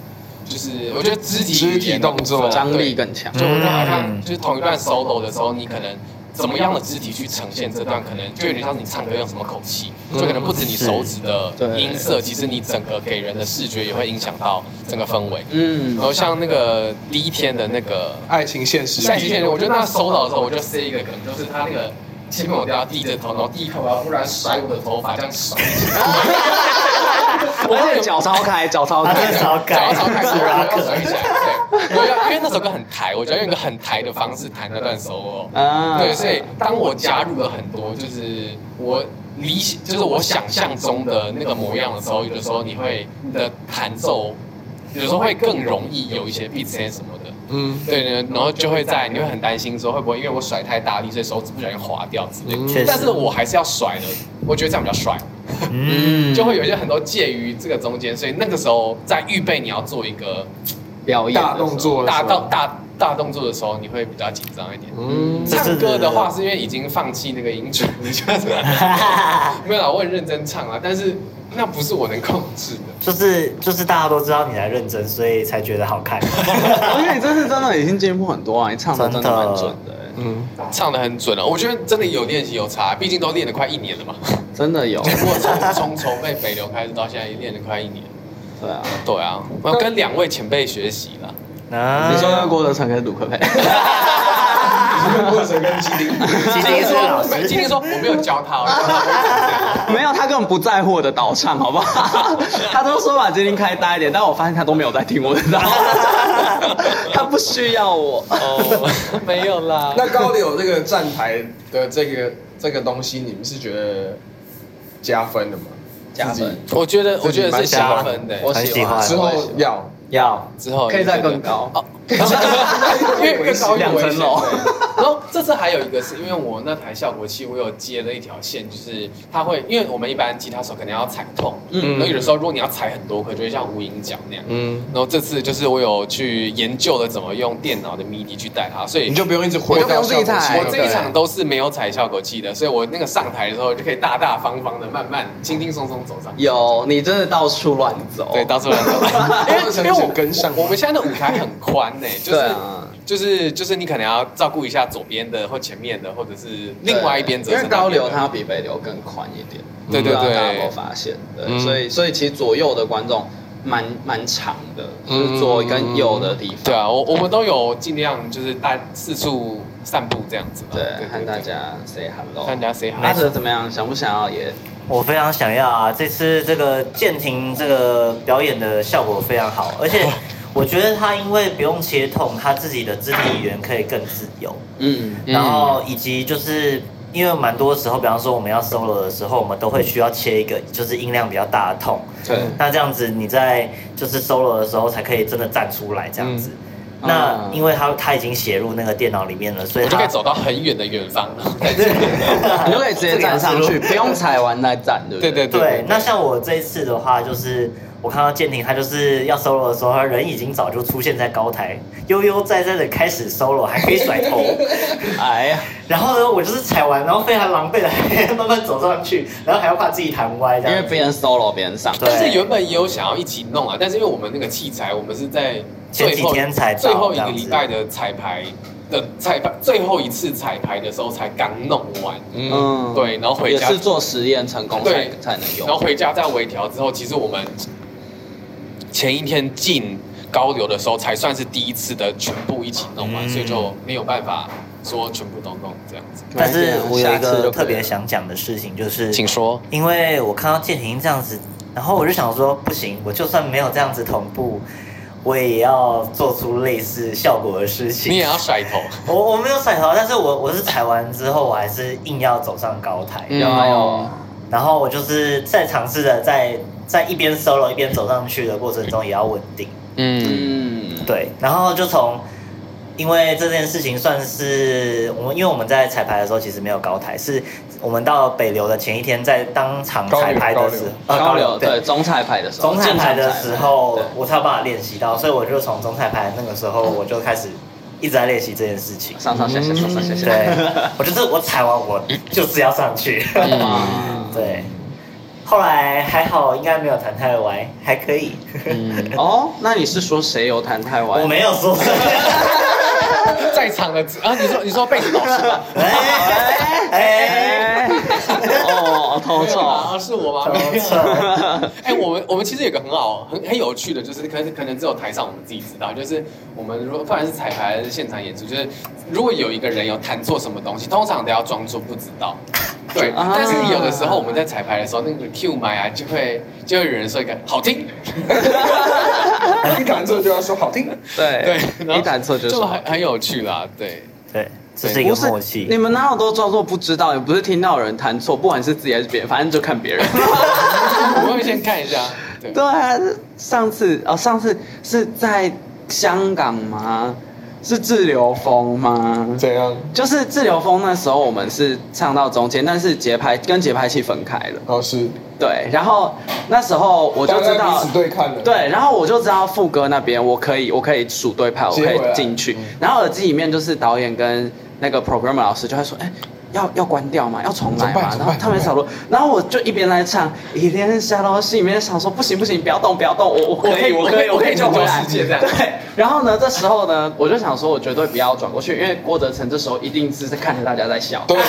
Speaker 4: 就是我觉得肢体
Speaker 1: 肢体
Speaker 4: 语言的部
Speaker 1: 动
Speaker 4: 分
Speaker 1: 作
Speaker 2: 张力
Speaker 4: 对
Speaker 2: 更强。
Speaker 4: 就我觉得好像
Speaker 3: 嗯
Speaker 4: 就是同一段 solo 的时候，你可能怎么样的肢体去呈现这段，可能就有点像你唱歌用什么口气，就可能不止你手指的
Speaker 2: 对
Speaker 4: 音色，其实你整个给人的视觉也会影响到整个氛围。
Speaker 2: 嗯
Speaker 4: 然，后像那个第一天的那个
Speaker 1: 爱情现实
Speaker 4: 下期前，我就那收到的时候，我就塞一个梗，就是他那个前面我掉到地着头，然后第一刻我要突然甩我的头发，这样甩起来。 我
Speaker 2: 而
Speaker 4: 会
Speaker 2: 且
Speaker 4: 有
Speaker 2: 脚超开，脚超
Speaker 3: 而
Speaker 2: 开
Speaker 3: 且。脚超开
Speaker 4: 脚超开，然后要甩起 来。对，我要因为那首歌很抬，我就要用一个很抬的方式弹那段 solo。
Speaker 2: 啊
Speaker 4: 对，所以当我加入了很多，就是我理想，就是我想象中的那个模样的时候，有的时候你会你的弹奏，有时候会更容易有一些 beat sense 什么的。
Speaker 1: 嗯，
Speaker 4: 对，然后就会在你会很担心说会不会因为我甩太大力，所以手指不小心滑掉之类的。
Speaker 3: 确实
Speaker 4: 但是我还是要甩的，我觉得这样比较帅，
Speaker 3: 嗯
Speaker 4: 就会有一些很多介于这个中间，所以那个时候在预备你要做一个
Speaker 2: 表演的时
Speaker 1: 大
Speaker 2: 候
Speaker 1: 动作的时
Speaker 4: 大
Speaker 1: 候
Speaker 4: 到，大大动作的时候，你会比较紧张一点。
Speaker 1: 嗯，
Speaker 3: 这是
Speaker 4: 唱歌的话，是因为已经放弃那个音准，你觉得嗯没有啦，我很认真唱啊，但是那不是我能控制的。
Speaker 3: 就是就是大家都知道你来认真，所以才觉得好看。
Speaker 2: 而且你这次真的已经进步很多啊，你唱的真的蛮准的欸，
Speaker 1: 嗯，
Speaker 4: 唱的很准啊了、我觉得真的有练习有差，毕竟都练了快一年了嘛。
Speaker 2: 真 的有，
Speaker 4: 我从从筹备北流开始到现在，练了快一年。
Speaker 2: 对啊。
Speaker 4: 对啊，我要跟两位前辈学习了。
Speaker 3: 啊
Speaker 1: 嗯
Speaker 2: 你说那郭德成跟卢克 佩，
Speaker 1: 过程跟机灵，
Speaker 3: 今天是老
Speaker 4: 今天说今天
Speaker 3: 师，
Speaker 4: 说我没有教他，我教 他
Speaker 2: 没有，他根本不在乎我的导唱，好 不好？他都说把精灵开大一点，但我发现他都没有在听我的 导唱，他不需要我。
Speaker 4: 哦，没有啦。
Speaker 1: 那高柳这个站台的这个这个东西，你们是觉得加分的吗？
Speaker 2: 加分
Speaker 1: 自
Speaker 4: 我觉得我觉得是加分的，
Speaker 2: 我
Speaker 3: 很喜欢
Speaker 1: 己之
Speaker 2: 我也
Speaker 1: 后
Speaker 2: 喜欢
Speaker 1: 要
Speaker 2: 要
Speaker 4: 之后
Speaker 2: 可以再更高
Speaker 4: 哦， 因 为更高
Speaker 2: 两层楼。
Speaker 4: 然后这次还有一个是因为我那台效果器，我有接了一条线，就是它会，因为我们一般吉他手可能要踩痛，嗯，
Speaker 2: 嗯
Speaker 4: 然后有的时候如果你要踩很多颗，就会像无影脚那样。
Speaker 1: 嗯，
Speaker 4: 然后这次就是我有去研究了怎么用电脑的 MIDI 去带它，所以
Speaker 1: 你就不用一直回
Speaker 2: 我就不
Speaker 1: 到
Speaker 2: 用自己
Speaker 1: 效果器
Speaker 2: 踩
Speaker 4: 我这一
Speaker 2: 对
Speaker 4: 场都是没有踩效果器的，所以我那个上台的时候就可以大大方方的、慢慢、轻轻松松走上。
Speaker 2: 有，你真的到处乱走。
Speaker 4: 对，到 处乱走，因为因为我
Speaker 1: 跟上
Speaker 4: 我我们现在的舞台很宽呢、就是、
Speaker 2: 对啊
Speaker 4: 就是就是你可能要照顾一下左边的或前面的，或者是另外一边则
Speaker 2: 因
Speaker 4: 是
Speaker 2: 为高
Speaker 4: 那边
Speaker 2: 流
Speaker 4: 的
Speaker 2: 它比北流更宽一点，
Speaker 4: 对对
Speaker 2: 不知道
Speaker 4: 对
Speaker 2: 大家有没有发现？对，
Speaker 1: 嗯
Speaker 2: 所以所以其实左右的观众蛮蛮长的，
Speaker 4: 嗯
Speaker 2: 就是左跟右的地方。
Speaker 4: 对啊，我我们都有尽量就是大四处散步这样子嘛，
Speaker 2: 对，和大家 say hello。
Speaker 4: 看大家 say
Speaker 2: 阿
Speaker 4: hi。
Speaker 2: 哲怎么样？想不想要也？
Speaker 3: 我非常想要啊！这次这个舰艇这个表演的效果非常好，而且我觉得他因为不用切痛，他自己的肢体语言可以更自由。
Speaker 2: 嗯，
Speaker 3: 然后以及就是因为蛮多时候，比方说我们要 solo 的时候，我们都会需要切一个就是音量比较大的痛。
Speaker 2: 对，
Speaker 3: 那这样子你在就是 solo 的时候才可以真的站出来这样子。
Speaker 2: 嗯
Speaker 3: 那
Speaker 2: 嗯
Speaker 3: 因为他他已经写入那个电脑里面了，所以
Speaker 4: 我就可
Speaker 3: 他
Speaker 4: 以走到很远的远方 了。
Speaker 2: 你就可以直接站上去，不用踩完再站，对不
Speaker 4: 对
Speaker 2: 对？
Speaker 4: 对
Speaker 3: 对，那像我这一次的话，就是我看到建廷他就是要 solo 的时候，他人已经早就出现在高台，悠悠哉哉的开始 solo，还可以甩 头。
Speaker 2: 哎呀，
Speaker 3: 然后呢，我就是踩完，然后非常狼狈的慢慢走上去，然后还要怕自己弹歪这
Speaker 2: 因为
Speaker 3: 样子。
Speaker 2: 别人 solo 别人上，
Speaker 3: 对
Speaker 4: 就是原本也有想要一起弄啊，但是因为我们那个器材，我们是在
Speaker 3: 前
Speaker 4: 最
Speaker 3: 几
Speaker 4: 后
Speaker 3: 天才到
Speaker 4: 最后一
Speaker 3: 这
Speaker 4: 个
Speaker 3: 样子
Speaker 4: 礼拜的彩排的彩排，最后一次彩排的时候才刚弄完，
Speaker 1: 嗯，
Speaker 2: 嗯，
Speaker 4: 对然后回
Speaker 2: 也
Speaker 4: 家
Speaker 2: 是做实验成功才
Speaker 4: 对
Speaker 2: 才能
Speaker 4: 然后
Speaker 2: 用，
Speaker 4: 回家再微调之后，其实我们前一天进高流的时候，才算是第一次的全部一起弄完，
Speaker 3: 嗯
Speaker 4: 所以就没有办法说全部都弄这样子。
Speaker 3: 但是我有一
Speaker 2: 下次就
Speaker 3: 个
Speaker 2: 可以
Speaker 3: 特别
Speaker 2: 了
Speaker 3: 想讲的事情，就是
Speaker 4: 请说，
Speaker 3: 因为我看到建廷这样子，然后我就想说，不行，我就算没有这样子同步，我也要做出类似效果的事情。
Speaker 4: 你也要甩头，
Speaker 3: 我我没有甩头，但是我我是踩完之后，我还是硬要走上高台，
Speaker 4: 嗯
Speaker 2: 有有，
Speaker 3: 然后我就是在尝试着在在一边 solo 一边走上去的过程中也要稳定，
Speaker 4: 嗯，
Speaker 2: 嗯，
Speaker 3: 对，然后就从。因为这件事情算是我们，因为我们在彩排的时候其实没有高台，是我们到北流的前一天，在当场
Speaker 1: 高流
Speaker 3: 彩排的时候，呃
Speaker 2: 高流对中彩排的时候，
Speaker 3: 中彩排的时
Speaker 2: 进场彩排
Speaker 3: 候
Speaker 2: 对，
Speaker 3: 我才有办法练习到，所以我就从中彩排那个时候，我就开始一直在练习这件事情。嗯
Speaker 2: 上上下下上上下下。
Speaker 3: 对，我就是我踩完我就是要上去。
Speaker 2: 嗯，
Speaker 3: 对，后来还好，应该没有谈太歪，还可以。
Speaker 2: 嗯， 哦，那你是说谁有谈太晚？
Speaker 3: 我没有说 这个。
Speaker 4: 在场的只啊，你说你说被子老 师吗？
Speaker 3: 哎哎，
Speaker 2: 哎。哦，偷
Speaker 4: 没有吧
Speaker 2: 臭。
Speaker 4: 啊，是我吗？没有 哎、我们我们其实有个很好很很有趣的，就是可能可能只有台上我们自己知道，就是我们如果不管是彩排还是现场演出，就是如果有一个人有弹错什么东西，通常都要装作不知道。对，
Speaker 2: 啊
Speaker 4: 但是有的时候我们在彩排的时候，那个 Q 麦啊，就会就会有人说一个好听，
Speaker 1: 一弹错就要说好听，
Speaker 2: 对
Speaker 4: 对，然后
Speaker 2: 哎一弹错就。
Speaker 4: 就是很很有趣啦，对。
Speaker 3: 对，这是一个
Speaker 2: 不是
Speaker 3: 默
Speaker 2: 你
Speaker 3: 契。
Speaker 2: 们哪有都装作不知道？也不是听到有人弹错，不管是自己还是别人，反正就看别 人。
Speaker 4: 我会先看一下，对
Speaker 2: 对，啊，上次哦，上次是在香港吗？是自由风吗？
Speaker 1: 怎样
Speaker 2: 就是自由风那时候我们是唱到中间，但是节拍跟节拍器分开了。
Speaker 1: 老师？
Speaker 2: 对，然后那时候我
Speaker 1: 我
Speaker 2: 就知道
Speaker 1: 彼此，对看了，，
Speaker 2: 对，然后我就知道副歌那边我可以，我可以数对拍，我
Speaker 1: 接
Speaker 2: 可
Speaker 1: 回
Speaker 2: 以
Speaker 1: 来
Speaker 2: 进去。然后耳机里面就是导演跟那个 programmer 老师就会说，哎。要要关掉嘛，要重
Speaker 1: 怎
Speaker 2: 来嘛，
Speaker 1: 么办
Speaker 2: 然后他们
Speaker 1: 怎
Speaker 2: 想说，然后我就一边在唱，一边下楼，心里面想说不行不行，不要动不要动，我我可以我
Speaker 4: 我可
Speaker 2: 可
Speaker 4: 以
Speaker 2: 以我可
Speaker 4: 我可以
Speaker 2: 以救回
Speaker 4: 拯
Speaker 2: 来，
Speaker 4: 救世界这样
Speaker 2: 对。然后呢，这时候呢，我就想说，我绝对不要转过去，因为郭德成这时候一定是在看着大家在笑，对不对？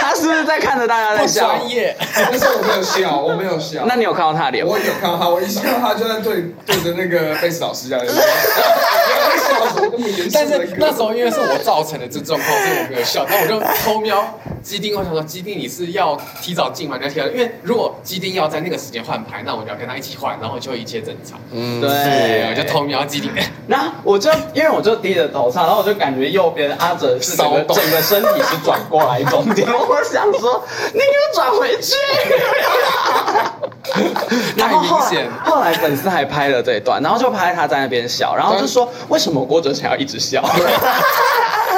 Speaker 2: 他是不是在看着大家在
Speaker 4: 不
Speaker 2: 笑？
Speaker 4: 专业，
Speaker 1: 但是我没有笑，我没有笑。
Speaker 2: 那你有看到他的脸吗
Speaker 1: 我？有看到他，我一看到他就在对对着那个贝斯老师这样子，不要再笑什么那么严肃
Speaker 4: 但
Speaker 1: 的
Speaker 4: 是
Speaker 1: 歌
Speaker 4: 那时候因为是我造成的这状况，所以我没有笑。但我就偷瞄基丁，我想说基丁你是要提早进吗？你要提早，因为如果基丁要在那个时间换牌，那我就要跟他一起换，然后就一切正常。
Speaker 1: 嗯
Speaker 4: 对，啊我
Speaker 2: 对，
Speaker 4: 就偷。瞄基丁。
Speaker 2: 然后我就因为我就低着头唱，然后我就感觉右边阿哲是整个
Speaker 1: 骚动
Speaker 2: 整个身体是转过来中间，我想说你给我转回去。然后后
Speaker 4: 太明显
Speaker 2: 来后来粉丝还拍了这一段，然后就拍他在那边笑，然后就说为什么郭哲强要一直笑？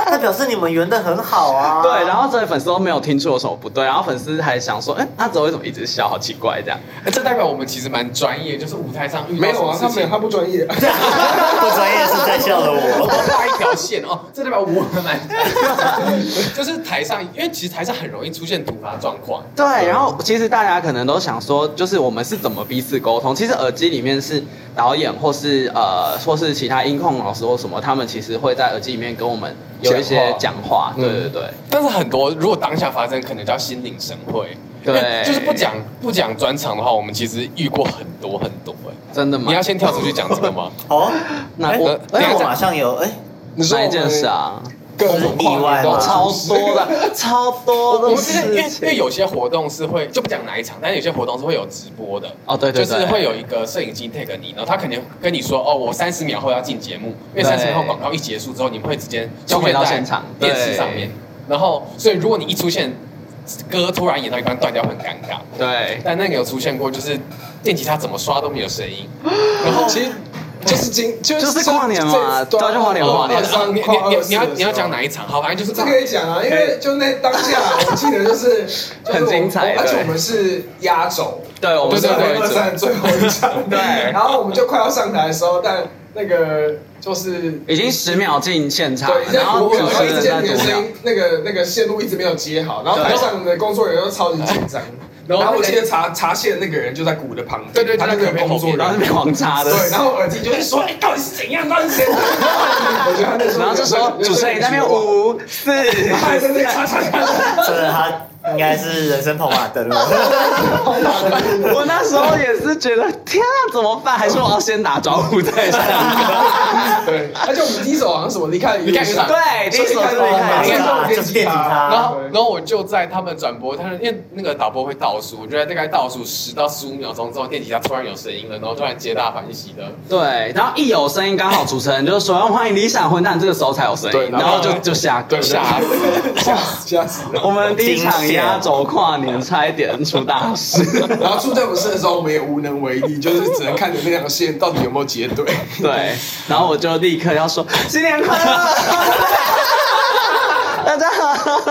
Speaker 3: 那表示你们缘的很好 啊。
Speaker 2: 对，然后这些粉丝都没有听出有什么不对，然后粉丝还想说，哎，阿哲为什么一直笑？好奇怪这样。
Speaker 4: 这代表我们其实蛮专业，就是舞台上遇到
Speaker 1: 没
Speaker 4: 什
Speaker 1: 有
Speaker 4: 么
Speaker 1: 啊，
Speaker 4: 事
Speaker 1: 他没有，
Speaker 4: 情
Speaker 1: 他。不专业。
Speaker 3: 不专业是在笑 的我。
Speaker 4: 画一条线哦，这代表我们蛮， 就是台上，因为其实台上很容易出现突发状况，
Speaker 2: 对，然后其实大家可能都想说，就是我们是怎么彼此沟通？其实耳机里面是导演或是呃，或是其他音控老师或什么，他们其实会在耳机里面跟我们有一些
Speaker 1: 讲
Speaker 2: 讲话。
Speaker 1: 嗯
Speaker 2: 对对对，
Speaker 4: 但是很多如果当下发生，可能叫心领神会。
Speaker 2: 对
Speaker 4: 因为就是不讲不讲专场的话，我们其实遇过很多很多哎、
Speaker 2: 真的吗？
Speaker 4: 你要先跳出去讲这个吗？
Speaker 3: 哦，
Speaker 2: 那
Speaker 4: 哎
Speaker 2: 我
Speaker 4: 等一
Speaker 2: 哎
Speaker 4: 下
Speaker 3: 那我
Speaker 2: 我
Speaker 3: 马上有哎，
Speaker 1: 你说
Speaker 2: 哪一
Speaker 1: 我
Speaker 2: 件
Speaker 1: 们
Speaker 2: 事啊？嗯
Speaker 1: 各种
Speaker 3: 意外
Speaker 1: 都
Speaker 3: 吗
Speaker 2: 超多的，超多
Speaker 4: 我
Speaker 2: 的
Speaker 4: 们之前因为
Speaker 2: 事
Speaker 4: 因为
Speaker 2: 情。
Speaker 4: 有些活动是会就不讲哪一场，但有些活动是会有直播的。
Speaker 2: 哦对对对
Speaker 4: 就是会有一个摄影机 take 你，然后他肯定跟你说哦，我三十秒后要进节目，因为
Speaker 2: 对
Speaker 4: 三十秒后广告一结束之后，你们会直接
Speaker 2: 就回到现场
Speaker 4: 出现在电视上面
Speaker 2: 对。
Speaker 4: 然后，所以如果你一出现，歌突然演到一半断掉，会很尴尬。
Speaker 2: 对，
Speaker 4: 但那个有出现过，就是电吉他怎么刷都没有 声音，然后
Speaker 1: 其实就是今就
Speaker 2: 就是跨年嘛
Speaker 1: 这
Speaker 2: 对啊就跨年跨年
Speaker 1: 二三
Speaker 4: 哦你
Speaker 1: 哦跨
Speaker 4: 你
Speaker 1: 二
Speaker 4: 你你要
Speaker 1: 四的
Speaker 4: 你要
Speaker 1: 时候
Speaker 4: 讲哪一场？好，反正就是
Speaker 1: 这可以讲啊，因为就那当 下，我记得就是就是
Speaker 2: 很
Speaker 1: 我
Speaker 2: 精彩
Speaker 1: 我而且
Speaker 2: 对
Speaker 1: 我们是压轴，
Speaker 2: 对我们
Speaker 1: 是
Speaker 4: 对对对
Speaker 1: 二三最后一场，
Speaker 2: 对
Speaker 1: 然后我们就快要上台的时候，但那个就是。
Speaker 2: 已经十秒进现场了
Speaker 1: 对，一，直在
Speaker 2: 然后
Speaker 1: 鼓
Speaker 2: 主
Speaker 1: 舞，然后
Speaker 2: 持
Speaker 1: 一直见
Speaker 2: 人在
Speaker 1: 你的
Speaker 2: 读
Speaker 1: 声音，那个那个线路一直没有接好，然后台上的工作人员都超级紧张。
Speaker 4: 对
Speaker 1: 然后我记得查查线那个人就在鼓的旁边，
Speaker 4: 对对对
Speaker 1: 他那个工作人
Speaker 2: 然后
Speaker 1: 员
Speaker 2: 是被狂插的。
Speaker 1: 对，然后耳机就是说，哎，到底是怎样？到底是 怎样？我觉得他那时候
Speaker 2: 然后就说主持人你在那边五四，
Speaker 1: 他还在那边叉叉叉，
Speaker 3: 这个他应该是人生跑马灯了。
Speaker 1: 好大的那个
Speaker 2: 我那时候也是觉得，天啊，怎么办？还是我要先打招呼再上。
Speaker 1: 对，而且我们第一首好像什么离开
Speaker 4: 离开雨伞
Speaker 2: 对，第一首是
Speaker 1: 马
Speaker 2: 看
Speaker 3: 对
Speaker 2: 一
Speaker 3: 啊
Speaker 2: 下。
Speaker 1: 上
Speaker 3: 就是电吉他
Speaker 4: 然后
Speaker 1: 对，
Speaker 4: 然后我就在他们转播，他们因为那个导播会倒数，我就在大概倒数十到十五秒钟之后，电吉他突然有声音了，然后突然皆大欢喜的，
Speaker 2: 对，然后一有声音，刚好主持人就说欢迎理想混蛋，这个时候才有声
Speaker 1: 对
Speaker 2: 音，然后就就下歌。
Speaker 4: 吓死！
Speaker 1: 吓死吓死了。
Speaker 2: 我们第一场压轴跨年，差一点出大事。
Speaker 1: 然后出这种事的时候，我们也无能为力，就是只能看着那条线到底有没有结对。
Speaker 2: 对，然后我就立刻要说新年快乐，大家好。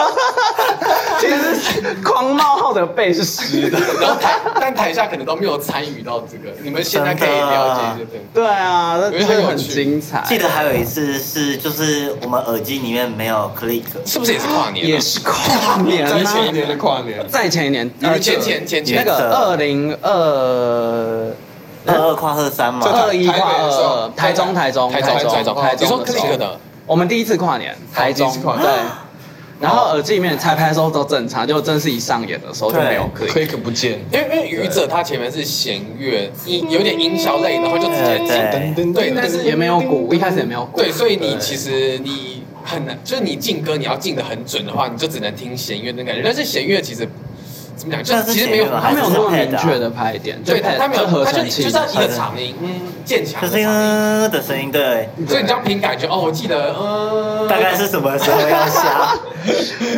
Speaker 2: 其实狂冒号的背是湿的。
Speaker 4: 然后台但台下可能都没有参与到这个，你们现在可以了解这个。
Speaker 2: 对啊，那
Speaker 4: 因为
Speaker 2: 真
Speaker 4: 很有
Speaker 2: 的很
Speaker 4: 趣
Speaker 2: 精彩。
Speaker 3: 记得还有一次是，就是我们耳机里面没有 click，
Speaker 4: 是不是也是跨年、啊？
Speaker 2: 也是跨年
Speaker 1: 在前一
Speaker 2: 啊，
Speaker 1: 年的跨年，
Speaker 2: 再前一年，呃
Speaker 4: 你们前前前前
Speaker 2: 那个二零二
Speaker 3: 二二跨二三嘛
Speaker 1: 这，
Speaker 2: 二一
Speaker 1: 台北
Speaker 2: 跨
Speaker 1: 的时候
Speaker 2: 二，台中啊台中
Speaker 4: 台中
Speaker 2: 台
Speaker 4: 台
Speaker 2: 中
Speaker 4: 中哦
Speaker 2: 台
Speaker 4: 你说
Speaker 2: 中的时
Speaker 4: click
Speaker 2: 候，
Speaker 4: 的，
Speaker 2: 我们第一次跨年，台中
Speaker 1: 第一次跨年
Speaker 2: 对。然后耳机里面彩排的时候都正常，就真是一上演的时候就没有 click。
Speaker 1: click 不见，
Speaker 4: 因为因为愚者他前面是弦
Speaker 2: 嗯
Speaker 4: 乐音，有点音效类，然后就直接进。
Speaker 3: 对
Speaker 4: 对但是
Speaker 2: 也没有鼓，一开始也没有鼓。
Speaker 4: 对，所以你其实你很难，就是你进歌你要进的很准的话，你就只能听弦乐那种感觉。但是弦乐其实怎么讲，就是
Speaker 3: 但是
Speaker 4: 其实没有
Speaker 3: 弦乐
Speaker 2: 它
Speaker 3: 还
Speaker 2: 没有那么
Speaker 3: 还是
Speaker 2: 明
Speaker 3: pad 啊
Speaker 2: 确的拍点，
Speaker 4: 对，它它没有，
Speaker 2: 合
Speaker 4: 它就
Speaker 2: 成
Speaker 4: 就
Speaker 2: 器
Speaker 4: 是一个长音，嗯，渐强
Speaker 3: 就
Speaker 4: 的
Speaker 3: 是因
Speaker 4: 长音。
Speaker 3: 为的声音，对，
Speaker 4: 所以你这样凭感觉哦，我记得，嗯，
Speaker 3: 大概是什么时候 要下？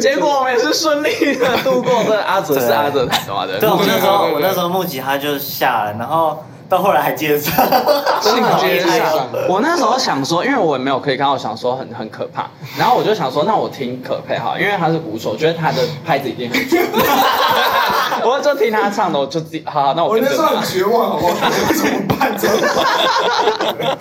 Speaker 2: 结果我们也是顺利的度过这阿哲是阿哲台中的，啊
Speaker 3: 对，我
Speaker 4: 啊
Speaker 3: 那时候
Speaker 1: 对对对
Speaker 3: 我那时候木吉他就下了，然后到后来还接上，
Speaker 1: 信 接上，
Speaker 2: 我那时候想说，因为我也没有可以看，我想说很很可怕，然后我就想说，那我听可佩好了，因为他是鼓手，我觉得他的拍子一定很准。 我就听他唱的，我就自己好好，那我
Speaker 1: 我
Speaker 2: 跟
Speaker 1: 那
Speaker 2: 着
Speaker 1: 时候
Speaker 2: 唱
Speaker 1: 很。绝望，好不好？怎么办？怎么办？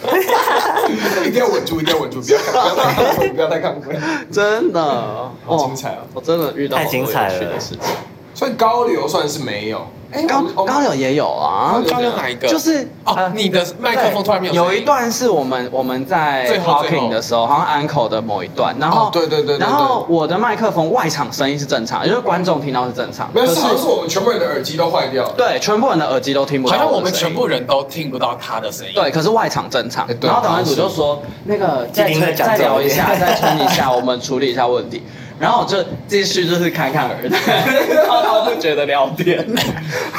Speaker 1: 一定要稳住，一定要稳住，不要不要太亢奋，不要太亢奋。
Speaker 2: 真的，哦
Speaker 1: 好精彩哦
Speaker 2: 我真的遇到
Speaker 3: 太精彩了
Speaker 2: 好多有趣的事情。
Speaker 1: 所以高流算是没有，哎
Speaker 2: 高
Speaker 1: 我们
Speaker 2: 高柳也有啊，
Speaker 4: 刚刚哪一个？
Speaker 2: 就是
Speaker 4: 哦
Speaker 2: 呃，
Speaker 4: 你的麦克风突然没有声音
Speaker 2: 有一段是我们我们在
Speaker 4: 最后最后
Speaker 2: talking 的时候，好像 uncle 的某一段，然后、
Speaker 1: 哦对对对对
Speaker 2: 然后我的麦克风外场声音是正常，也就是观众听到是正常，
Speaker 1: 没有，
Speaker 2: 可
Speaker 1: 是好像是我们全部人的耳机都坏掉了。
Speaker 2: 对全部人的耳机都听不到
Speaker 4: 好
Speaker 2: 的声
Speaker 4: 像
Speaker 2: 音，
Speaker 4: 我们全部人都听不到他的声音。
Speaker 2: 对，可是外场正常
Speaker 1: 哎。对
Speaker 2: 然后导演组就说那个再
Speaker 3: 今天在讲
Speaker 2: 再聊一
Speaker 3: 这
Speaker 2: 下，
Speaker 3: 个
Speaker 2: 再冲一 下，我们处理一下问题。然后我就继续就是侃侃而谈，滔滔 不绝的聊天。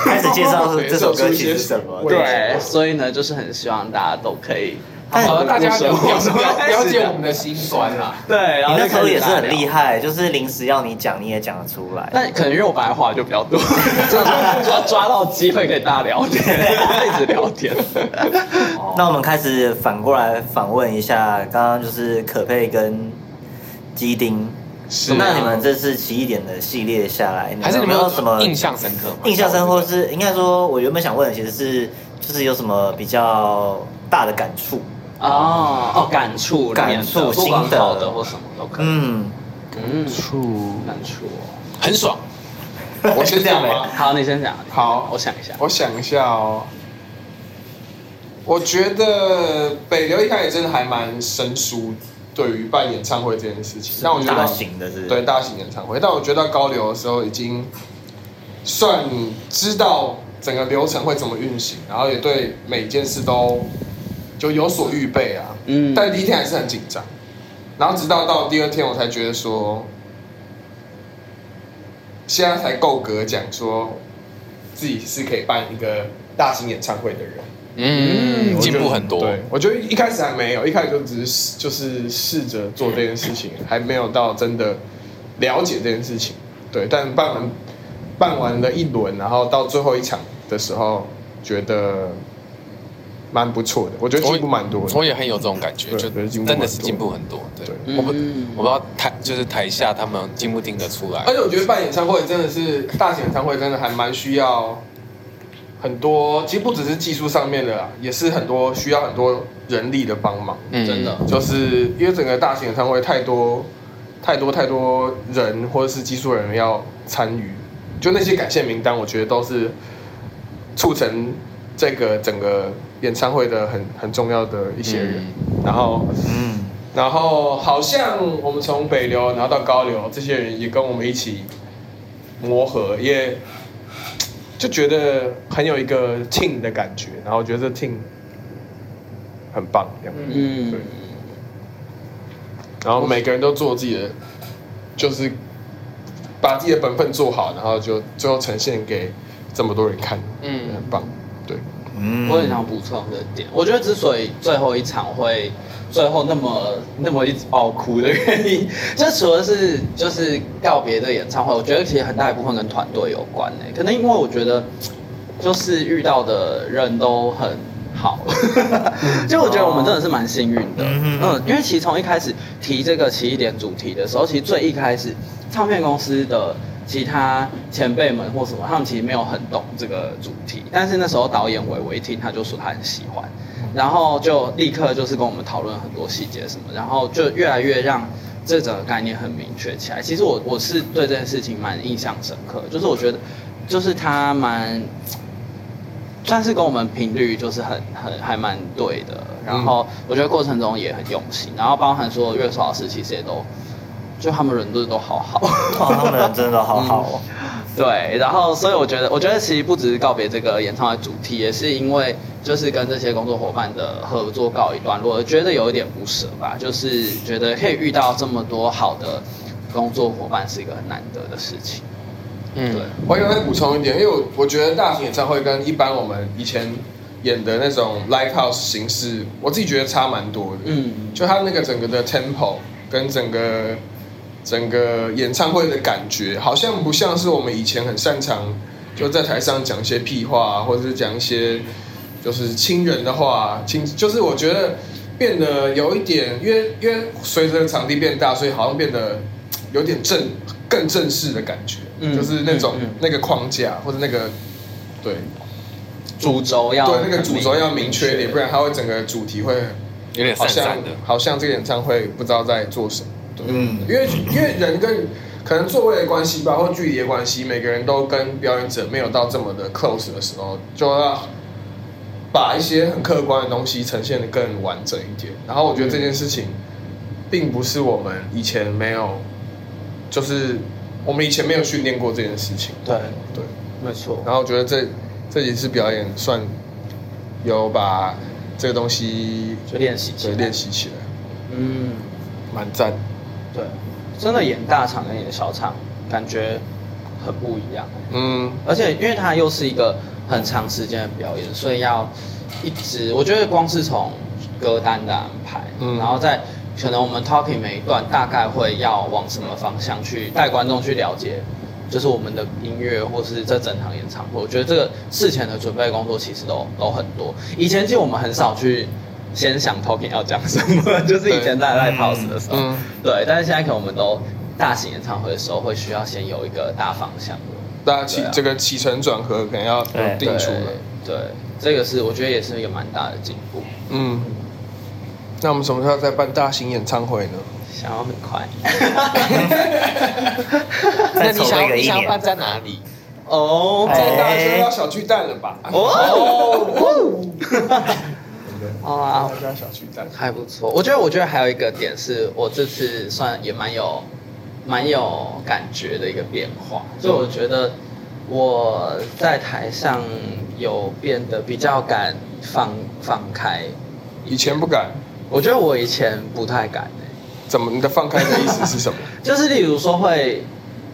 Speaker 3: 开始介绍是这首歌曲是什么。
Speaker 2: 对，所以呢，就是很希望大家都可以好好
Speaker 4: 呃，
Speaker 3: 哎
Speaker 2: 地
Speaker 4: 大家
Speaker 2: 过
Speaker 4: 了
Speaker 2: 生活
Speaker 4: 了解我们的啊心酸啦。
Speaker 2: 对，然
Speaker 3: 你
Speaker 2: 后
Speaker 3: 那时候也是很厉
Speaker 2: 害，
Speaker 3: 害，啊就是临时要你讲你也讲得出来。
Speaker 2: 但可能因为我本来话就比较 多，就抓抓到机会跟大家聊天，一直聊 天。
Speaker 3: 那我们开始反过来访问一下，刚刚就是可佩跟基丁，
Speaker 1: 是
Speaker 3: 那你们这次奇异点的系列下来，
Speaker 4: 还是你
Speaker 3: 们有
Speaker 4: 们
Speaker 3: 没
Speaker 4: 有
Speaker 3: 有什么
Speaker 4: 印象深刻吗？
Speaker 3: 印象深，或是应该说，我原本想问的其实是，就是有什么比较大的感触？
Speaker 2: 哦哦，感触里面的
Speaker 3: 感触
Speaker 2: 不管
Speaker 3: 心得
Speaker 2: 好的或什么都可以。
Speaker 3: 嗯，
Speaker 2: 嗯，感触哦。
Speaker 4: 很爽。
Speaker 3: 嗯
Speaker 1: 我先讲吧。
Speaker 2: 好，你先讲。
Speaker 1: 好
Speaker 2: 我想一下。
Speaker 1: 我想一下哦，我觉得北流一开始真的还蛮生疏，对于办演唱会这件事情。但我觉得
Speaker 3: 大型的是
Speaker 1: 对大型演唱会，但我觉得到高流的时候已经算你知道整个流程会怎么运行，然后也对每件事都就有所预备啊。
Speaker 2: 嗯
Speaker 1: 但第一天还是很紧张，然后直到到第二天我才觉得说，现在才够格讲说自己是可以办一个大型演唱会的人。
Speaker 4: 嗯，进步很多。
Speaker 1: 对，我觉得一开始还没有，一开始就只是试就是试着做这件事情，还没有到真的了解这件事情。对，但办完办完了一轮，然后到最后一场的时候，觉得蛮不错的，我觉得进步蛮多的。
Speaker 4: 我也很有这种感觉，
Speaker 1: 对
Speaker 4: 就
Speaker 1: 对进步
Speaker 4: 真的
Speaker 1: 蛮
Speaker 4: 是
Speaker 1: 多
Speaker 4: 进步很多。对，
Speaker 1: 对
Speaker 4: 我不
Speaker 2: 嗯
Speaker 4: 我不知道台就是台下他们听不听得出来
Speaker 1: 而。且我觉得办演唱会真的是大型演唱会，真的还蛮需要很多，其实不只是技术上面的啦，也是很多需要很多人力的帮忙。
Speaker 4: 嗯
Speaker 2: 真的
Speaker 1: 就是因为整个大型演唱会太多太多太多人或者是技术人员要参与，就那些感谢名单，我觉得都是促成这个整个演唱会的很很重要的一些人。然后，
Speaker 3: 嗯，
Speaker 1: 然后好像我们从北流，然后到高流，这些人也跟我们一起磨合，也就觉得很有一个 team 的感觉，然后我觉得这 team 很棒，这样。
Speaker 2: 嗯
Speaker 1: 对，然后每个人都做自己的，就是把自己的本分做好，然后就最后呈现给这么多人看，
Speaker 4: 嗯
Speaker 1: 很棒，对，
Speaker 3: 嗯，
Speaker 2: 我很想补充的点，我觉得之所以最后一场会最后那么那么一直爆哭的原因， 这除了是就是告别的演唱会，我觉得其实很大一部分跟团队有关呢、可能因为我觉得就是遇到的人都很好， 就我觉得我们真的是蛮幸运的。
Speaker 3: 嗯
Speaker 2: 嗯，因为其实从一开始提这个奇异点主题的时候，其实最一开始唱片公司的其他前辈们或什么，他们其实没有很懂这个主题，但是那时候导演伟伟一听，他就说他很喜欢，
Speaker 3: 嗯
Speaker 2: 然后就立刻就是跟我们讨论很多细节什么，然后就越来越让这整个概念很明确起来。其实我我是对这件事情蛮印象深刻，就是我觉得就是他蛮。算是跟我们频率就是很很还蛮对的，然后
Speaker 1: 嗯
Speaker 2: 我觉得过程中也很用心，然后包含所有乐手老师其实也都，就他们人都都好 好，
Speaker 3: 哇，他们人真的好好哦。
Speaker 2: 对，然后所以我觉得，我觉得其实不只是告别这个演唱会主题，也是因为就是跟这些工作伙伴的合作告一段落，觉得有一点不舍吧，就是觉得可以遇到这么多好的工作伙伴是一个很难得的事情，
Speaker 4: 嗯
Speaker 2: 对，
Speaker 1: 我刚才补充一点，因为我我觉得大型演唱会跟一般我们以前演的那种 live house 形式，我自己觉得差蛮多的。
Speaker 2: 嗯，
Speaker 1: 就它那个整个的 tempo 跟整个整个演唱会的感觉，好像不像是我们以前很擅长就在台上讲一些屁话、啊，或者是讲一些就是亲人的话，亲就是我觉得变得有一点，因为因为随着场地变大，所以好像变得有点正更正式的感觉，
Speaker 2: 嗯
Speaker 1: 就是那种、
Speaker 2: 嗯嗯
Speaker 1: 那个框架或者那个对
Speaker 2: 主轴要
Speaker 1: 对那个主轴要
Speaker 2: 很
Speaker 1: 明确一点，不然它会整个主题会
Speaker 4: 有点
Speaker 1: 好
Speaker 4: 散
Speaker 1: 像
Speaker 4: 散的。
Speaker 1: 好像这个演唱会不知道在做什么，对，
Speaker 3: 嗯
Speaker 1: 因为因为人跟可能座位的关系吧，或距离的关系，每个人都跟表演者没有到这么的 close 的时候，就要把一些很客观的东西呈现的更完整一点。然后我觉得这件事情，并不是我们以前没有，就是我们以前没有训练过这件事情，
Speaker 2: 对，
Speaker 1: 对。
Speaker 2: 没错，
Speaker 1: 然后我觉得这这几次表演算有把这个东西
Speaker 2: 就练习起
Speaker 1: 对
Speaker 2: 来
Speaker 1: 练习起来。
Speaker 2: 嗯。
Speaker 1: 蛮赞。
Speaker 2: 对，真的演大场跟演小场感觉很不一样，
Speaker 1: 嗯，
Speaker 2: 而且因为它又是一个很长时间的表演，所以要一直，我觉得光是从歌单的安排，
Speaker 1: 嗯
Speaker 2: 然后再可能我们 talking 每一段大概会要往什么方向去带观众去了解。就是我们的音乐，或是这整场演唱会，我觉得这个事前的准备工作其实都都很多。以前其实我们很少去先想 talking 要讲什么， 就是以前在 live house 的时候，
Speaker 1: 嗯
Speaker 2: 对，但是现在可能我们都大型演唱会的时候，会需要先有一个大方向。
Speaker 1: 大家起、
Speaker 2: 对啊
Speaker 1: 这个起承转合可能要
Speaker 3: 对
Speaker 1: 定出来。
Speaker 2: 对，对这个是我觉得也是一个蛮大的进步，
Speaker 1: 嗯，那我们什么时候再办大型演唱会呢？
Speaker 2: 想要很快。
Speaker 3: 再筹备个一年，
Speaker 4: 在哪里？
Speaker 2: 哦
Speaker 3: 哎
Speaker 1: 再大家就要小巨蛋了吧？
Speaker 2: 哦，好 啊
Speaker 1: 大，家小巨蛋。
Speaker 2: 还不错。我觉得，我觉得还有一个点是我这次算也蛮有蛮有感觉的一个变化，所以我觉得我在台上有变得比较敢放放开。
Speaker 1: 以前不敢，
Speaker 2: 我觉得我以前不太敢、欸、
Speaker 1: 怎么你的放开的意思是什么？
Speaker 2: 就是例如说会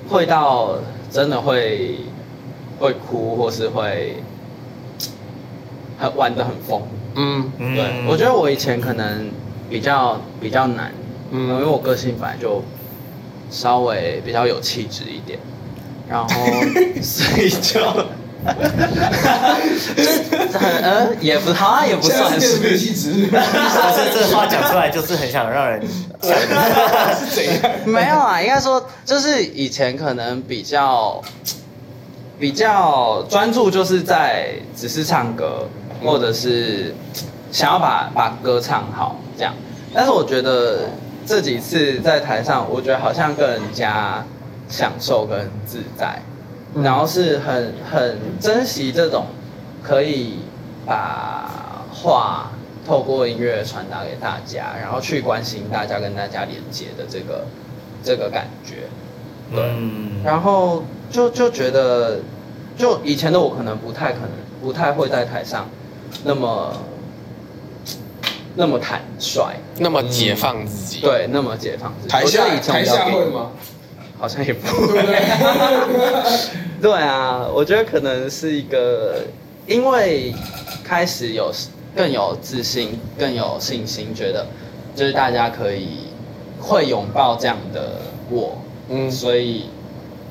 Speaker 2: 会到真的会会哭，或是会很玩的很疯。
Speaker 1: 嗯
Speaker 3: 嗯
Speaker 2: 对，我觉得我以前可能比较比较难，
Speaker 1: 嗯
Speaker 2: 嗯，因为我个性本来就稍微比较有气质一点，然后所以就。就是 很呃，也不好像也不算是，
Speaker 1: 气质，
Speaker 3: 可是这话讲出来就是很想让人
Speaker 1: 是怎样？
Speaker 2: 没有啊，应该说就是以前可能比较比较专注，就是在只是唱歌，或者是想要把把歌唱好这样。但是我觉得这几次在台上，我觉得好像更加享受跟自在，然后是很很珍惜这种可以把话透过音乐传达给大家，然后去关心大家跟大家连接的这个这个感觉。
Speaker 3: 嗯，
Speaker 2: 然后就就觉得，就以前的我可能不太可能不太会在台上那么那么坦率，
Speaker 4: 那么解放自己。
Speaker 2: 对，那么解放自 己。
Speaker 1: 台
Speaker 2: 我觉
Speaker 1: 下
Speaker 2: 得以前
Speaker 1: 台
Speaker 2: 比较
Speaker 1: 下
Speaker 2: 给
Speaker 1: 会吗？
Speaker 2: 好像也不 会。 对啊，我觉得可能是一个，因为开始有更有自信、更有信心，觉得就是大家可以会拥抱这样的我，
Speaker 1: 嗯
Speaker 2: 所以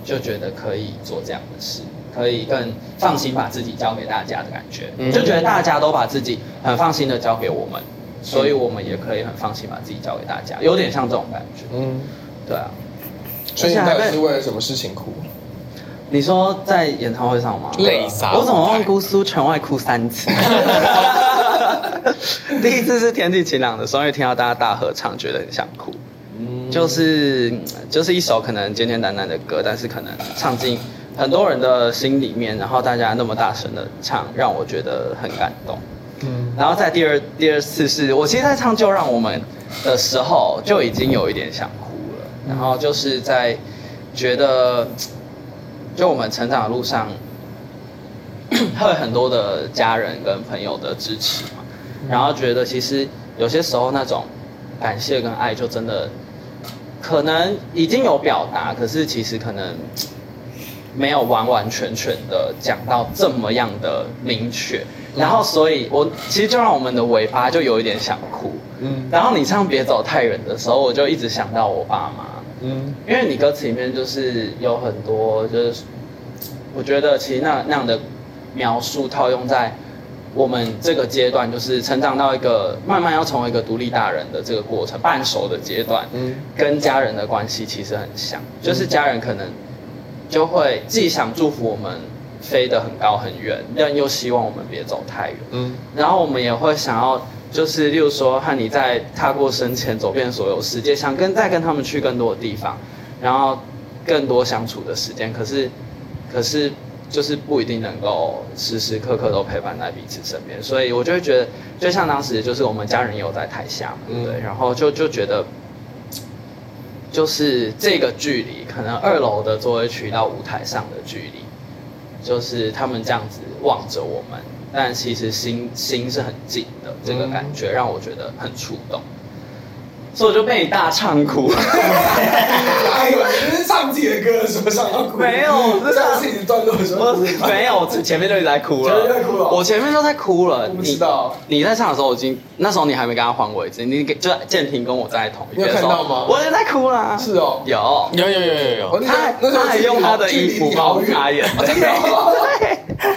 Speaker 2: 就觉得可以做这样的事，可以更放心把自己交给大家的感觉，
Speaker 4: 嗯
Speaker 2: 就觉得大家都把自己很放心的交给我们，所以我们也可以很放心把自己交给大家，有点像这种感觉，
Speaker 1: 嗯，
Speaker 2: 对啊。
Speaker 1: 所以你到底是为了什么事情哭？
Speaker 2: 你说在演唱会上吗？
Speaker 4: 泪洒舞台
Speaker 2: 我怎么忘姑苏城外哭三次？第一次是天气晴朗的时候，因为听到大家大合唱，觉得很想哭。就是嗯就是一首可能简简单单的歌，但是可能唱进很多人的心里面，然后大家那么大声的唱，让我觉得很感动。
Speaker 1: 嗯，
Speaker 2: 然后在第二第二次是我其实，在唱《就让我们》的时候就已经有一点想哭了，然后就是在觉得，就我们成长的路上， 会有很多的家人跟朋友的支持嘛，然后觉得其实有些时候那种感谢跟爱就真的可能已经有表达，可是其实可能。没有完完全全的讲到这么样的明确，然后所以我其实就让我们的尾巴就有一点想哭。
Speaker 1: 嗯
Speaker 2: 然后你唱《别走太远》的时候，我就一直想到我爸妈，
Speaker 1: 嗯
Speaker 2: 因为你歌词里面就是有很多，就是我觉得其实那那样的描述套用在我们这个阶段，就是成长到一个慢慢要成为一个独立大人的这个过程，半熟的阶段，
Speaker 1: 嗯
Speaker 2: 跟家人的关系其实很像，就是家人可能就会既想祝福我们飞得很高很远，但又希望我们别走太远。
Speaker 1: 嗯
Speaker 2: 然后我们也会想要，就是例如说和你在踏过生前走遍所有世界，想跟再跟他们去更多的地方，然后更多相处的时间。可是，可是就是不一定能够时时刻刻都陪伴在彼此身边，所以我就会觉得，就像当时就是我们家人也有在台下嘛，对不对，
Speaker 1: 嗯
Speaker 2: 然后就就觉得。就是这个距离，可能二楼的座位区到舞台上的距离，就是他们这样子望着我们，但其实心心是很近的，这个感觉让我觉得很触动，所以我就被大唱哭。
Speaker 1: 哎呦，你是唱自己的歌的时候想要哭？
Speaker 2: 没有我是
Speaker 1: 唱自己的段落的时候
Speaker 2: 我
Speaker 1: 哭。
Speaker 2: 没有，我前面就一直在哭
Speaker 1: 前面就在哭了
Speaker 2: 了，我前面都在哭了。
Speaker 1: 我不知道
Speaker 2: 你你在唱的时候，我已经那时候你还没跟他换位置，你给就建廷跟我站在同一边的时
Speaker 1: 你
Speaker 2: 候，
Speaker 1: 有看到吗
Speaker 2: 我也在哭啦。
Speaker 1: 是哦
Speaker 2: 有。
Speaker 4: 有有有有
Speaker 1: 我
Speaker 4: 有，
Speaker 1: 那
Speaker 2: 他
Speaker 1: 那时候
Speaker 2: 他还
Speaker 1: 距离
Speaker 2: 用他的
Speaker 1: 距离
Speaker 2: 衣服
Speaker 1: 你好
Speaker 2: 帮我
Speaker 1: 远
Speaker 2: 擦眼
Speaker 1: 哦 真的 哦。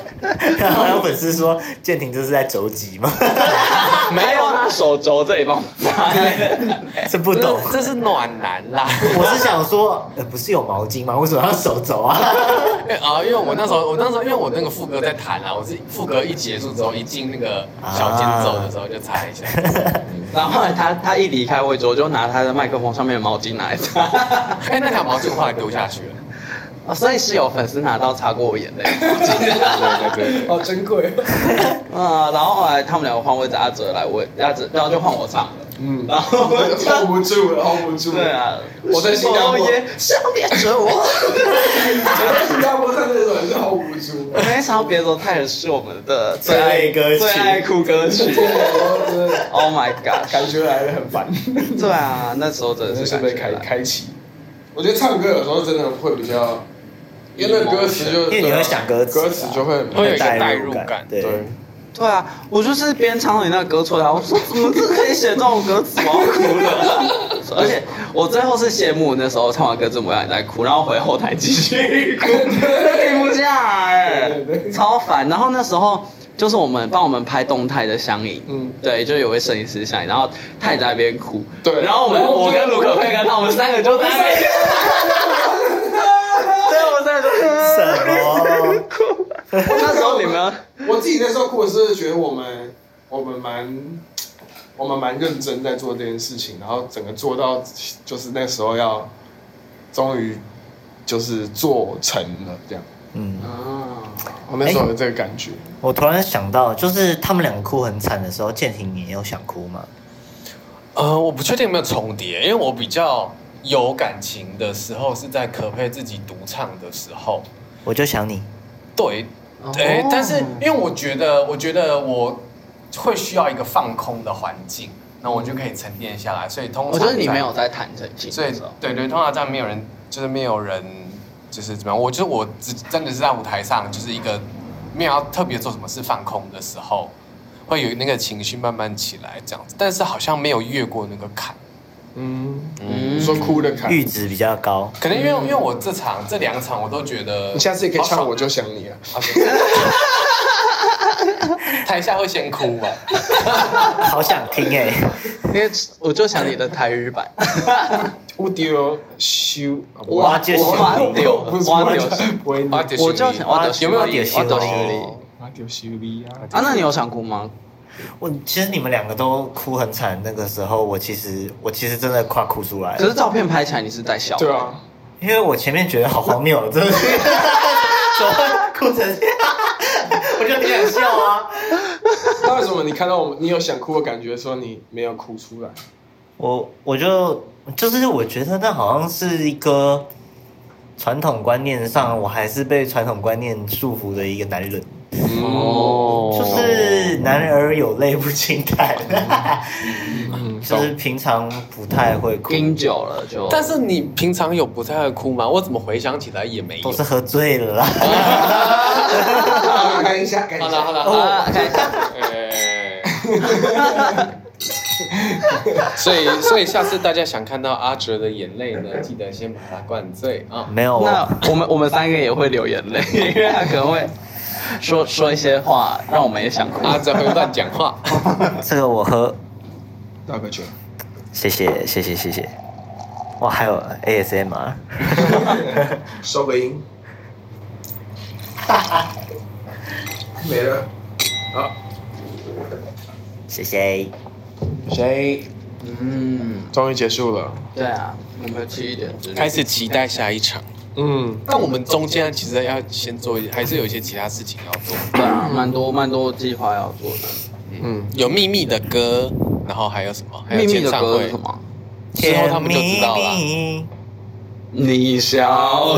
Speaker 3: 然 后还有粉丝说建廷这是在肘击吗？
Speaker 2: 没有，啊他手肘这里帮我擦眼。
Speaker 3: 这不懂。
Speaker 4: 这是暖男 啦。
Speaker 3: 我是想说，呃，不是有毛巾吗？为什么要手 肘啊？
Speaker 4: 因为啊，因为我那时候，我那时候因为我那个副歌在弹啊，我是副歌一结束之后，一进那个小间奏的时候就擦一下。
Speaker 2: 然后后来他他一离开位置，我就拿他的麦克风上面的毛巾拿来擦，
Speaker 4: 哎，那条毛巾后来丢下去了。
Speaker 2: 啊所以是有粉丝拿到擦过我眼泪。
Speaker 4: 对对对对，
Speaker 1: 好哦珍贵。
Speaker 2: 啊、然后后来他们两个换位置，阿哲来我阿哲，然后就换我唱了。
Speaker 1: 嗯
Speaker 2: 然后我就
Speaker 1: hold 不住了，hold 不住了。
Speaker 2: 对啊，
Speaker 1: 我在新加坡，我
Speaker 2: 也想别着我，
Speaker 1: 在新加坡看那首也是 hold 不住。
Speaker 2: 没想到别走太远是我们的
Speaker 3: 最爱歌曲
Speaker 2: 最爱哭歌曲。
Speaker 1: 我真的
Speaker 2: Oh my god！
Speaker 1: 感觉来的很 烦，
Speaker 2: 对啊，那时候真
Speaker 1: 真
Speaker 2: 的
Speaker 1: 的是
Speaker 2: 是
Speaker 1: 被
Speaker 2: 感
Speaker 1: 开
Speaker 2: 觉来
Speaker 1: 开启。我觉得唱歌有时候真的会比较，因为那歌词就
Speaker 3: 因为你会想歌词啊
Speaker 1: 歌词就会
Speaker 4: 会有一个代入
Speaker 3: 代
Speaker 4: 感
Speaker 3: 对，
Speaker 1: 对。
Speaker 2: 对啊，我就是边唱到你那个歌出来，我说 怎么这可以写这种歌词，我要哭了。而且我最后是谢幕那时候唱完歌字母要你在哭，然后回后台继续哭，停不下来
Speaker 1: 对对，对
Speaker 2: 超烦。然后那时候就是我们帮我们拍动态的相影，
Speaker 1: 嗯
Speaker 2: 嗯，对，就有位摄影师相影，然后他也在那边哭，
Speaker 1: 对
Speaker 2: 然后我们
Speaker 1: 然后我
Speaker 2: 我
Speaker 1: 们
Speaker 2: 跟卢克佩跟他我们三个就在那边，对，我们三个就
Speaker 3: 什么？
Speaker 2: 哭。那时候你们。
Speaker 1: 我自己那时候哭的是觉得我们我们蛮我们蛮认真在做这件事情，然后整个做到就是那时候要终于就是做成了这样。
Speaker 3: 嗯，
Speaker 1: 我那时候有这个感觉，
Speaker 3: 我突然想到，就是他们两个哭很惨的时候，建廷你也有想哭吗？
Speaker 4: 呃，我不确定有没有重叠，因为我比较有感情的时候是在可佩自己独唱的时候。
Speaker 3: 我就想你，
Speaker 4: 对，
Speaker 2: 哦
Speaker 4: 哎、但是因为我觉得，我觉得我会需要一个放空的环境，那我就可以沉淀下来。所以通常
Speaker 2: 我觉得你
Speaker 4: 在
Speaker 2: 没有，在弹真心，
Speaker 4: 所以对对，通常这样没有人，就是没有人，就是怎么样？我就是我只真的是在舞台上，就是一个没有要特别做什么事放空的时候，会有那个情绪慢慢起来这样子，但是好像没有越过那个坎。
Speaker 1: 嗯，
Speaker 2: 嗯
Speaker 1: 你说哭的坎，
Speaker 3: 阈值比较高。
Speaker 4: 可能因为、因为我这场这两场我都觉得，
Speaker 1: 嗯你下次也可以
Speaker 4: 好
Speaker 1: 唱
Speaker 4: 爽
Speaker 1: 《我就想你》啊。
Speaker 4: 台下会先哭 吧。
Speaker 3: 好想听哎、
Speaker 2: 因为我就想你的台语版，
Speaker 1: 乌丢修
Speaker 3: 挖掘
Speaker 1: 挖丢不是
Speaker 2: 挖
Speaker 1: 挖
Speaker 2: 丢
Speaker 1: 丢，不会念
Speaker 4: 我啊就
Speaker 2: 我就想我
Speaker 3: 我
Speaker 2: 的
Speaker 3: 的
Speaker 2: 有没有
Speaker 3: 我的
Speaker 2: 我的
Speaker 3: 修
Speaker 2: 学历
Speaker 3: 理
Speaker 1: 挖丢修理啊！
Speaker 2: 啊？那你有想哭吗？
Speaker 3: 我其实你们两个都哭很惨，那个时候我其实我其实真的快哭出来
Speaker 2: 可
Speaker 3: 了，
Speaker 2: 是照片拍起来你是在笑，
Speaker 1: 对，啊，
Speaker 3: 因为我前面觉得好荒谬， 真的是怎么会哭成这样？我觉得你很笑啊。
Speaker 1: 那为什么你看到我们，你有想哭的感觉，说你没有哭出来？
Speaker 3: 我我就就是我觉得那好像是一个传统观念上，我还是被传统观念束缚的一个男人，
Speaker 1: 哦，
Speaker 3: 就是男儿有泪不轻弹，
Speaker 1: 嗯
Speaker 3: 就是平常不太会哭，
Speaker 2: 盯久了就。
Speaker 4: 但是你平常有不太会哭吗？我怎么回想起来也没有
Speaker 3: 都。是喝醉了啦。
Speaker 1: 看一下，看
Speaker 4: 好了好了好
Speaker 3: 哦
Speaker 4: 了，
Speaker 2: 啊，看一下，
Speaker 4: 哎 所以所以下次大家想看到阿哲的眼泪呢，记得先把他灌醉啊。
Speaker 3: 没 有，
Speaker 2: 那我们我们三个也会流眼泪，因为他可能会说说一些话，让我们也想哭。
Speaker 4: 阿哲会乱讲 话，
Speaker 3: 这个我喝，
Speaker 1: 大哥酒，
Speaker 3: 谢谢谢谢谢谢。哇，还有 ASMR，
Speaker 1: 收个音，没了。好，
Speaker 3: 谢谢。
Speaker 1: 谁？
Speaker 2: 嗯，
Speaker 1: 终于结束了。
Speaker 2: 对啊，我们吃一点之类的
Speaker 4: 开始期待下一场。
Speaker 1: 嗯，
Speaker 4: 但我们中间其实要先做一，还是有一些其他事情要做，
Speaker 2: 对啊，蛮多蛮多计划要做的。
Speaker 1: 嗯
Speaker 4: 有秘密的歌，然后还有什么？还
Speaker 2: 秘
Speaker 4: 有
Speaker 2: 密
Speaker 4: 签
Speaker 2: 的
Speaker 4: 唱
Speaker 2: 歌是
Speaker 4: 会
Speaker 2: 什，么？
Speaker 4: 之后他们就知道了。
Speaker 2: 你笑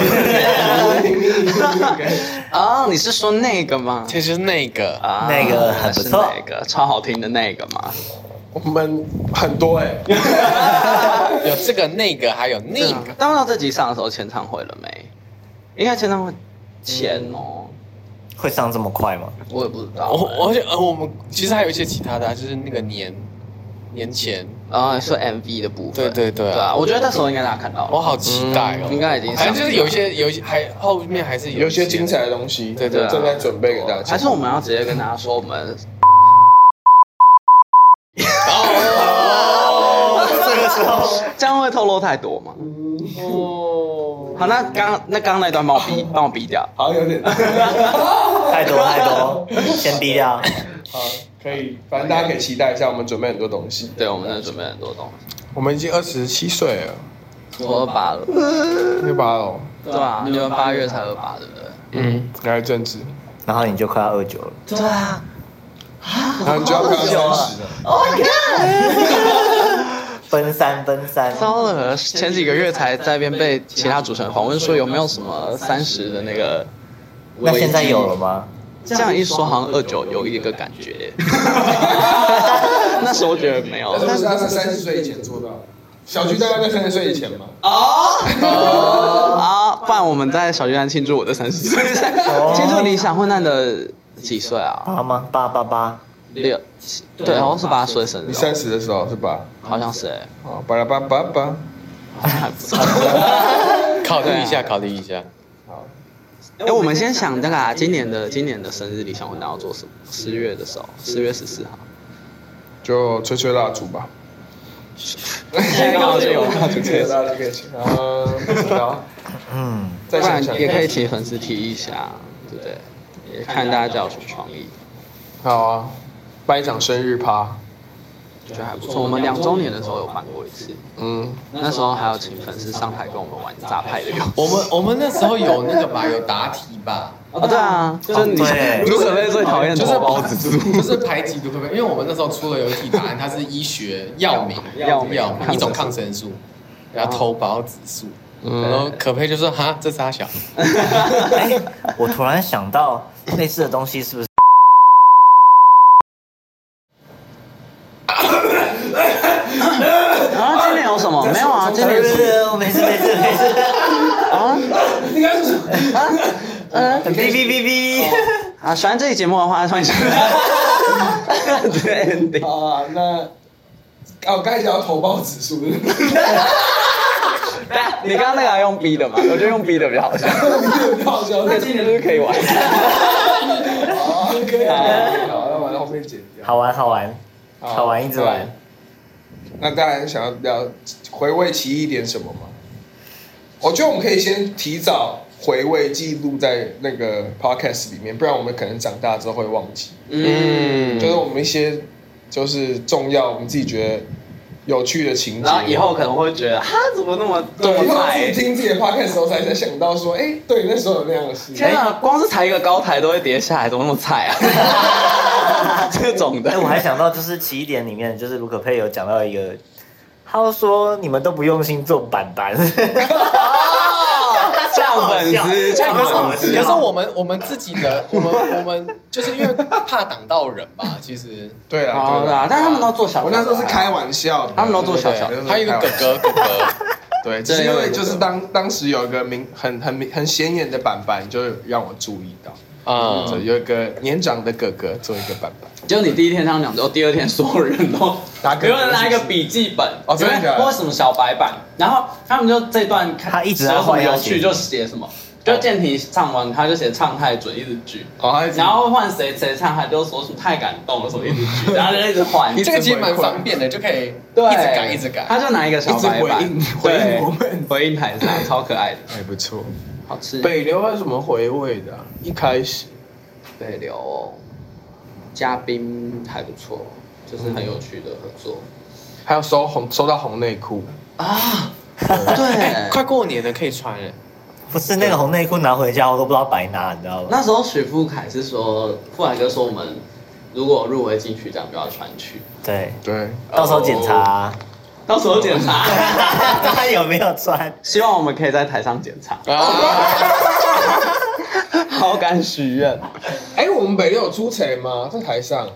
Speaker 2: 啊？你是说那个吗？
Speaker 4: 其实那个
Speaker 2: 啊，
Speaker 3: 那个很不错
Speaker 2: 是那个超好听的那个嘛。
Speaker 1: 我们很多 哎、
Speaker 4: 有这个那个，还有那个，
Speaker 2: 当到这集上的时候，签唱会了没？应该签唱会前哦，
Speaker 3: 会上这么快吗？
Speaker 2: 我也不知道。
Speaker 4: 嗯我而且呃，我们其实还有一些其他的啊，就是那个年年前，
Speaker 2: 啊，说 MV 的部分，
Speaker 4: 对对对啊
Speaker 2: 对啊，我觉得那时候应该大家看到
Speaker 4: 我
Speaker 2: 了，
Speaker 4: 好期待哦。
Speaker 2: 嗯应该已经上
Speaker 4: 反正就是有一些有一些还后面还是
Speaker 1: 有些精彩的东西，
Speaker 4: 对
Speaker 2: 对啊
Speaker 1: 正在准备给大家。
Speaker 2: 还是我们要直接跟大家说我们
Speaker 4: 哦。
Speaker 3: 这个时候
Speaker 2: 这样会透露太多吗？好，那刚那刚那段帮我逼帮我逼掉，
Speaker 1: 好像有 点，
Speaker 3: 太多太多，先低调。
Speaker 1: 好，可以，反正大家可以期待一下，我们准备很多东西。
Speaker 2: 对，我们在准备很多东西，
Speaker 1: 我们已经二十七岁了，
Speaker 2: 我二八了，
Speaker 1: 对吧？哦，
Speaker 2: 对啊，你们八月才二八，对不对？
Speaker 1: 嗯，来政治，
Speaker 3: 然后你就快要二九了，
Speaker 2: 对啊，
Speaker 1: 然后你就要看到三十了。
Speaker 3: 奔三奔三，
Speaker 2: 糟了，前几个月才在那边被其他主持人访问说有没有什么三十的那个，
Speaker 3: 那现在有了吗？
Speaker 2: 这样一说好像二九有一个感 觉，那时候觉得没有，
Speaker 1: 但是他是三十岁以前做到的，小菊大概在三十岁以前嘛。
Speaker 2: 啊，不然我们在小巨蛋庆祝我的三十岁，庆祝理想混蛋的几岁啊？
Speaker 3: 八吗？八八八，
Speaker 2: 六，对，好像是八岁生日
Speaker 1: 你
Speaker 2: 哦，
Speaker 1: 三十的时候是吧？
Speaker 2: 好像是 哎，
Speaker 1: 哦，巴拉巴巴巴。
Speaker 2: 好像还不错。
Speaker 4: 考虑一下，考虑一下。
Speaker 2: 哎，我们先想那个啊，今年的今年的生日理想混蛋要做什么？十月的时候，十月十四号，
Speaker 1: 就吹吹蜡烛吧。
Speaker 2: 现在刚好就有蜡烛
Speaker 1: 吹吹蜡烛可以吹。嗯，不知道，
Speaker 3: 嗯，
Speaker 1: 再
Speaker 2: 不
Speaker 1: 想
Speaker 2: 然
Speaker 1: 想
Speaker 2: 也可以。请粉丝提一下，对不对？也看大家有什么创意，
Speaker 1: 好啊，办一场生日趴。
Speaker 2: 觉得还不错。我们两周年的时候有办过一次，
Speaker 1: 嗯，
Speaker 2: 那时候还有请粉丝上台跟我们玩炸牌的游戏。
Speaker 4: 我们我们那时候有那个吧，有答题吧，
Speaker 2: 哦，对啊，就是你
Speaker 3: 对
Speaker 2: 读者类最讨厌
Speaker 4: 就是
Speaker 2: 头包子猪，
Speaker 4: 就是排挤毒可因为我们那时候出了有一题答案，它是医学药名
Speaker 2: 药名
Speaker 4: 药
Speaker 2: 抗生素
Speaker 4: 名一种抗生素，然后头孢指数，
Speaker 1: 嗯
Speaker 4: 然后可佩就说哈这傻小，
Speaker 3: 哎，我突然想到类似的东西是不是？
Speaker 2: 然后今年有什么？没有啊，今年是
Speaker 3: 我 没事没事没事，
Speaker 2: 啊
Speaker 1: 应该是
Speaker 2: 啊嗯
Speaker 3: 哔哔哔哔，
Speaker 2: 啊！喜欢这期节目的话，欢迎收听。 对对，
Speaker 1: 啊，那哦，刚才讲到头孢指数，
Speaker 2: 你刚刚那个要用 B 的嘛？我觉得用 B 的比较好笑。
Speaker 1: 好笑。
Speaker 2: 那今年是可以玩。
Speaker 1: 好，可以，好，那把后面剪掉。
Speaker 3: 好玩好玩好玩一直玩
Speaker 1: 好。那大家想要聊回味奇异点什么吗？我觉得我们可以先提早回味记录在那个 podcast 里面，不然我们可能长大之后会忘记。
Speaker 2: 嗯，
Speaker 1: 就是我们一些就是重要，我们自己觉得有趣的情节。
Speaker 2: 然后以后可能会觉得，哈，怎么那么
Speaker 1: 对，
Speaker 2: 那
Speaker 1: 以
Speaker 2: 么
Speaker 1: 后
Speaker 2: 菜
Speaker 1: 自己听自己的 podcast 的时候才才想到说，哎、对，那时候有那样的事。
Speaker 2: 天啊，光是抬一个高台都会跌下来，怎么那么菜 啊？这种的
Speaker 3: 哎、，我还想到，就是起点里面，就是卢可佩有讲到一个，他说你们都不用心做板板，
Speaker 2: 哦 呛粉丝，
Speaker 3: 这样
Speaker 2: 呛
Speaker 3: 很好
Speaker 2: 粉
Speaker 3: 笑
Speaker 2: 丝，
Speaker 4: 可是我们我们自己的，我们我们就是因为怕挡到人吧，其 实
Speaker 1: 对啊，
Speaker 2: 好
Speaker 1: 对
Speaker 2: 啦
Speaker 1: 啊，。
Speaker 2: 但他们都做小，啊
Speaker 1: 我那时候是开，玩笑的，
Speaker 2: 他们都做小小
Speaker 1: 对
Speaker 4: 还有一个哥，哥哥哥，
Speaker 1: 对，只是因为就是当当时有一个明很很明很显眼的板板，就让我注意到，嗯，
Speaker 4: 嗯，
Speaker 1: 有一个年长的哥哥做一个板板，
Speaker 2: 就你第一天这样讲，就第二天 所有人都
Speaker 1: 打嗝
Speaker 2: 有人拿一个笔记本，
Speaker 1: 哦
Speaker 2: 有
Speaker 1: 真的
Speaker 2: 人
Speaker 1: 假的
Speaker 2: 或什么小白板，然后他们就这段看
Speaker 3: 他一直在
Speaker 2: 有什么
Speaker 3: 换要
Speaker 2: 有
Speaker 3: 写
Speaker 2: 趣就写什么，就健体唱完他就写唱太准一直举。
Speaker 1: 哦，还是
Speaker 2: 然后换谁谁唱，他就说什么太感动了，什么一直 举，然后就一直换，
Speaker 1: 你
Speaker 4: 这个其实蛮方便的，就可以
Speaker 2: 对，
Speaker 4: 一直改一直改。
Speaker 2: 他就拿一个小白板，
Speaker 1: 一直回应回
Speaker 2: 对
Speaker 1: 应我们
Speaker 2: 回应台上，超可爱的，
Speaker 1: 还不错。
Speaker 2: 好吃。
Speaker 1: 北流还有什么回味的啊、一开始
Speaker 2: 北流哦嘉宾还不错，就是很有趣的合作
Speaker 1: 还有收红收到红内裤，
Speaker 2: 啊，
Speaker 4: 哎，
Speaker 2: 对。
Speaker 4: 快过年了，可以穿了。
Speaker 3: 不是那个红内裤拿回家，我都不知道白拿，你知道吗？
Speaker 2: 那时候许富凯是说，富凯哥说我们如果入围金曲奖就要穿去，
Speaker 3: 对，
Speaker 1: 对，
Speaker 3: 到时候检查、
Speaker 2: 到时候检查，
Speaker 3: 他有没有穿。
Speaker 2: 希望我们可以在台上检查， 啊好敢许愿。
Speaker 1: 哎、我们北流有出彩吗？在台上，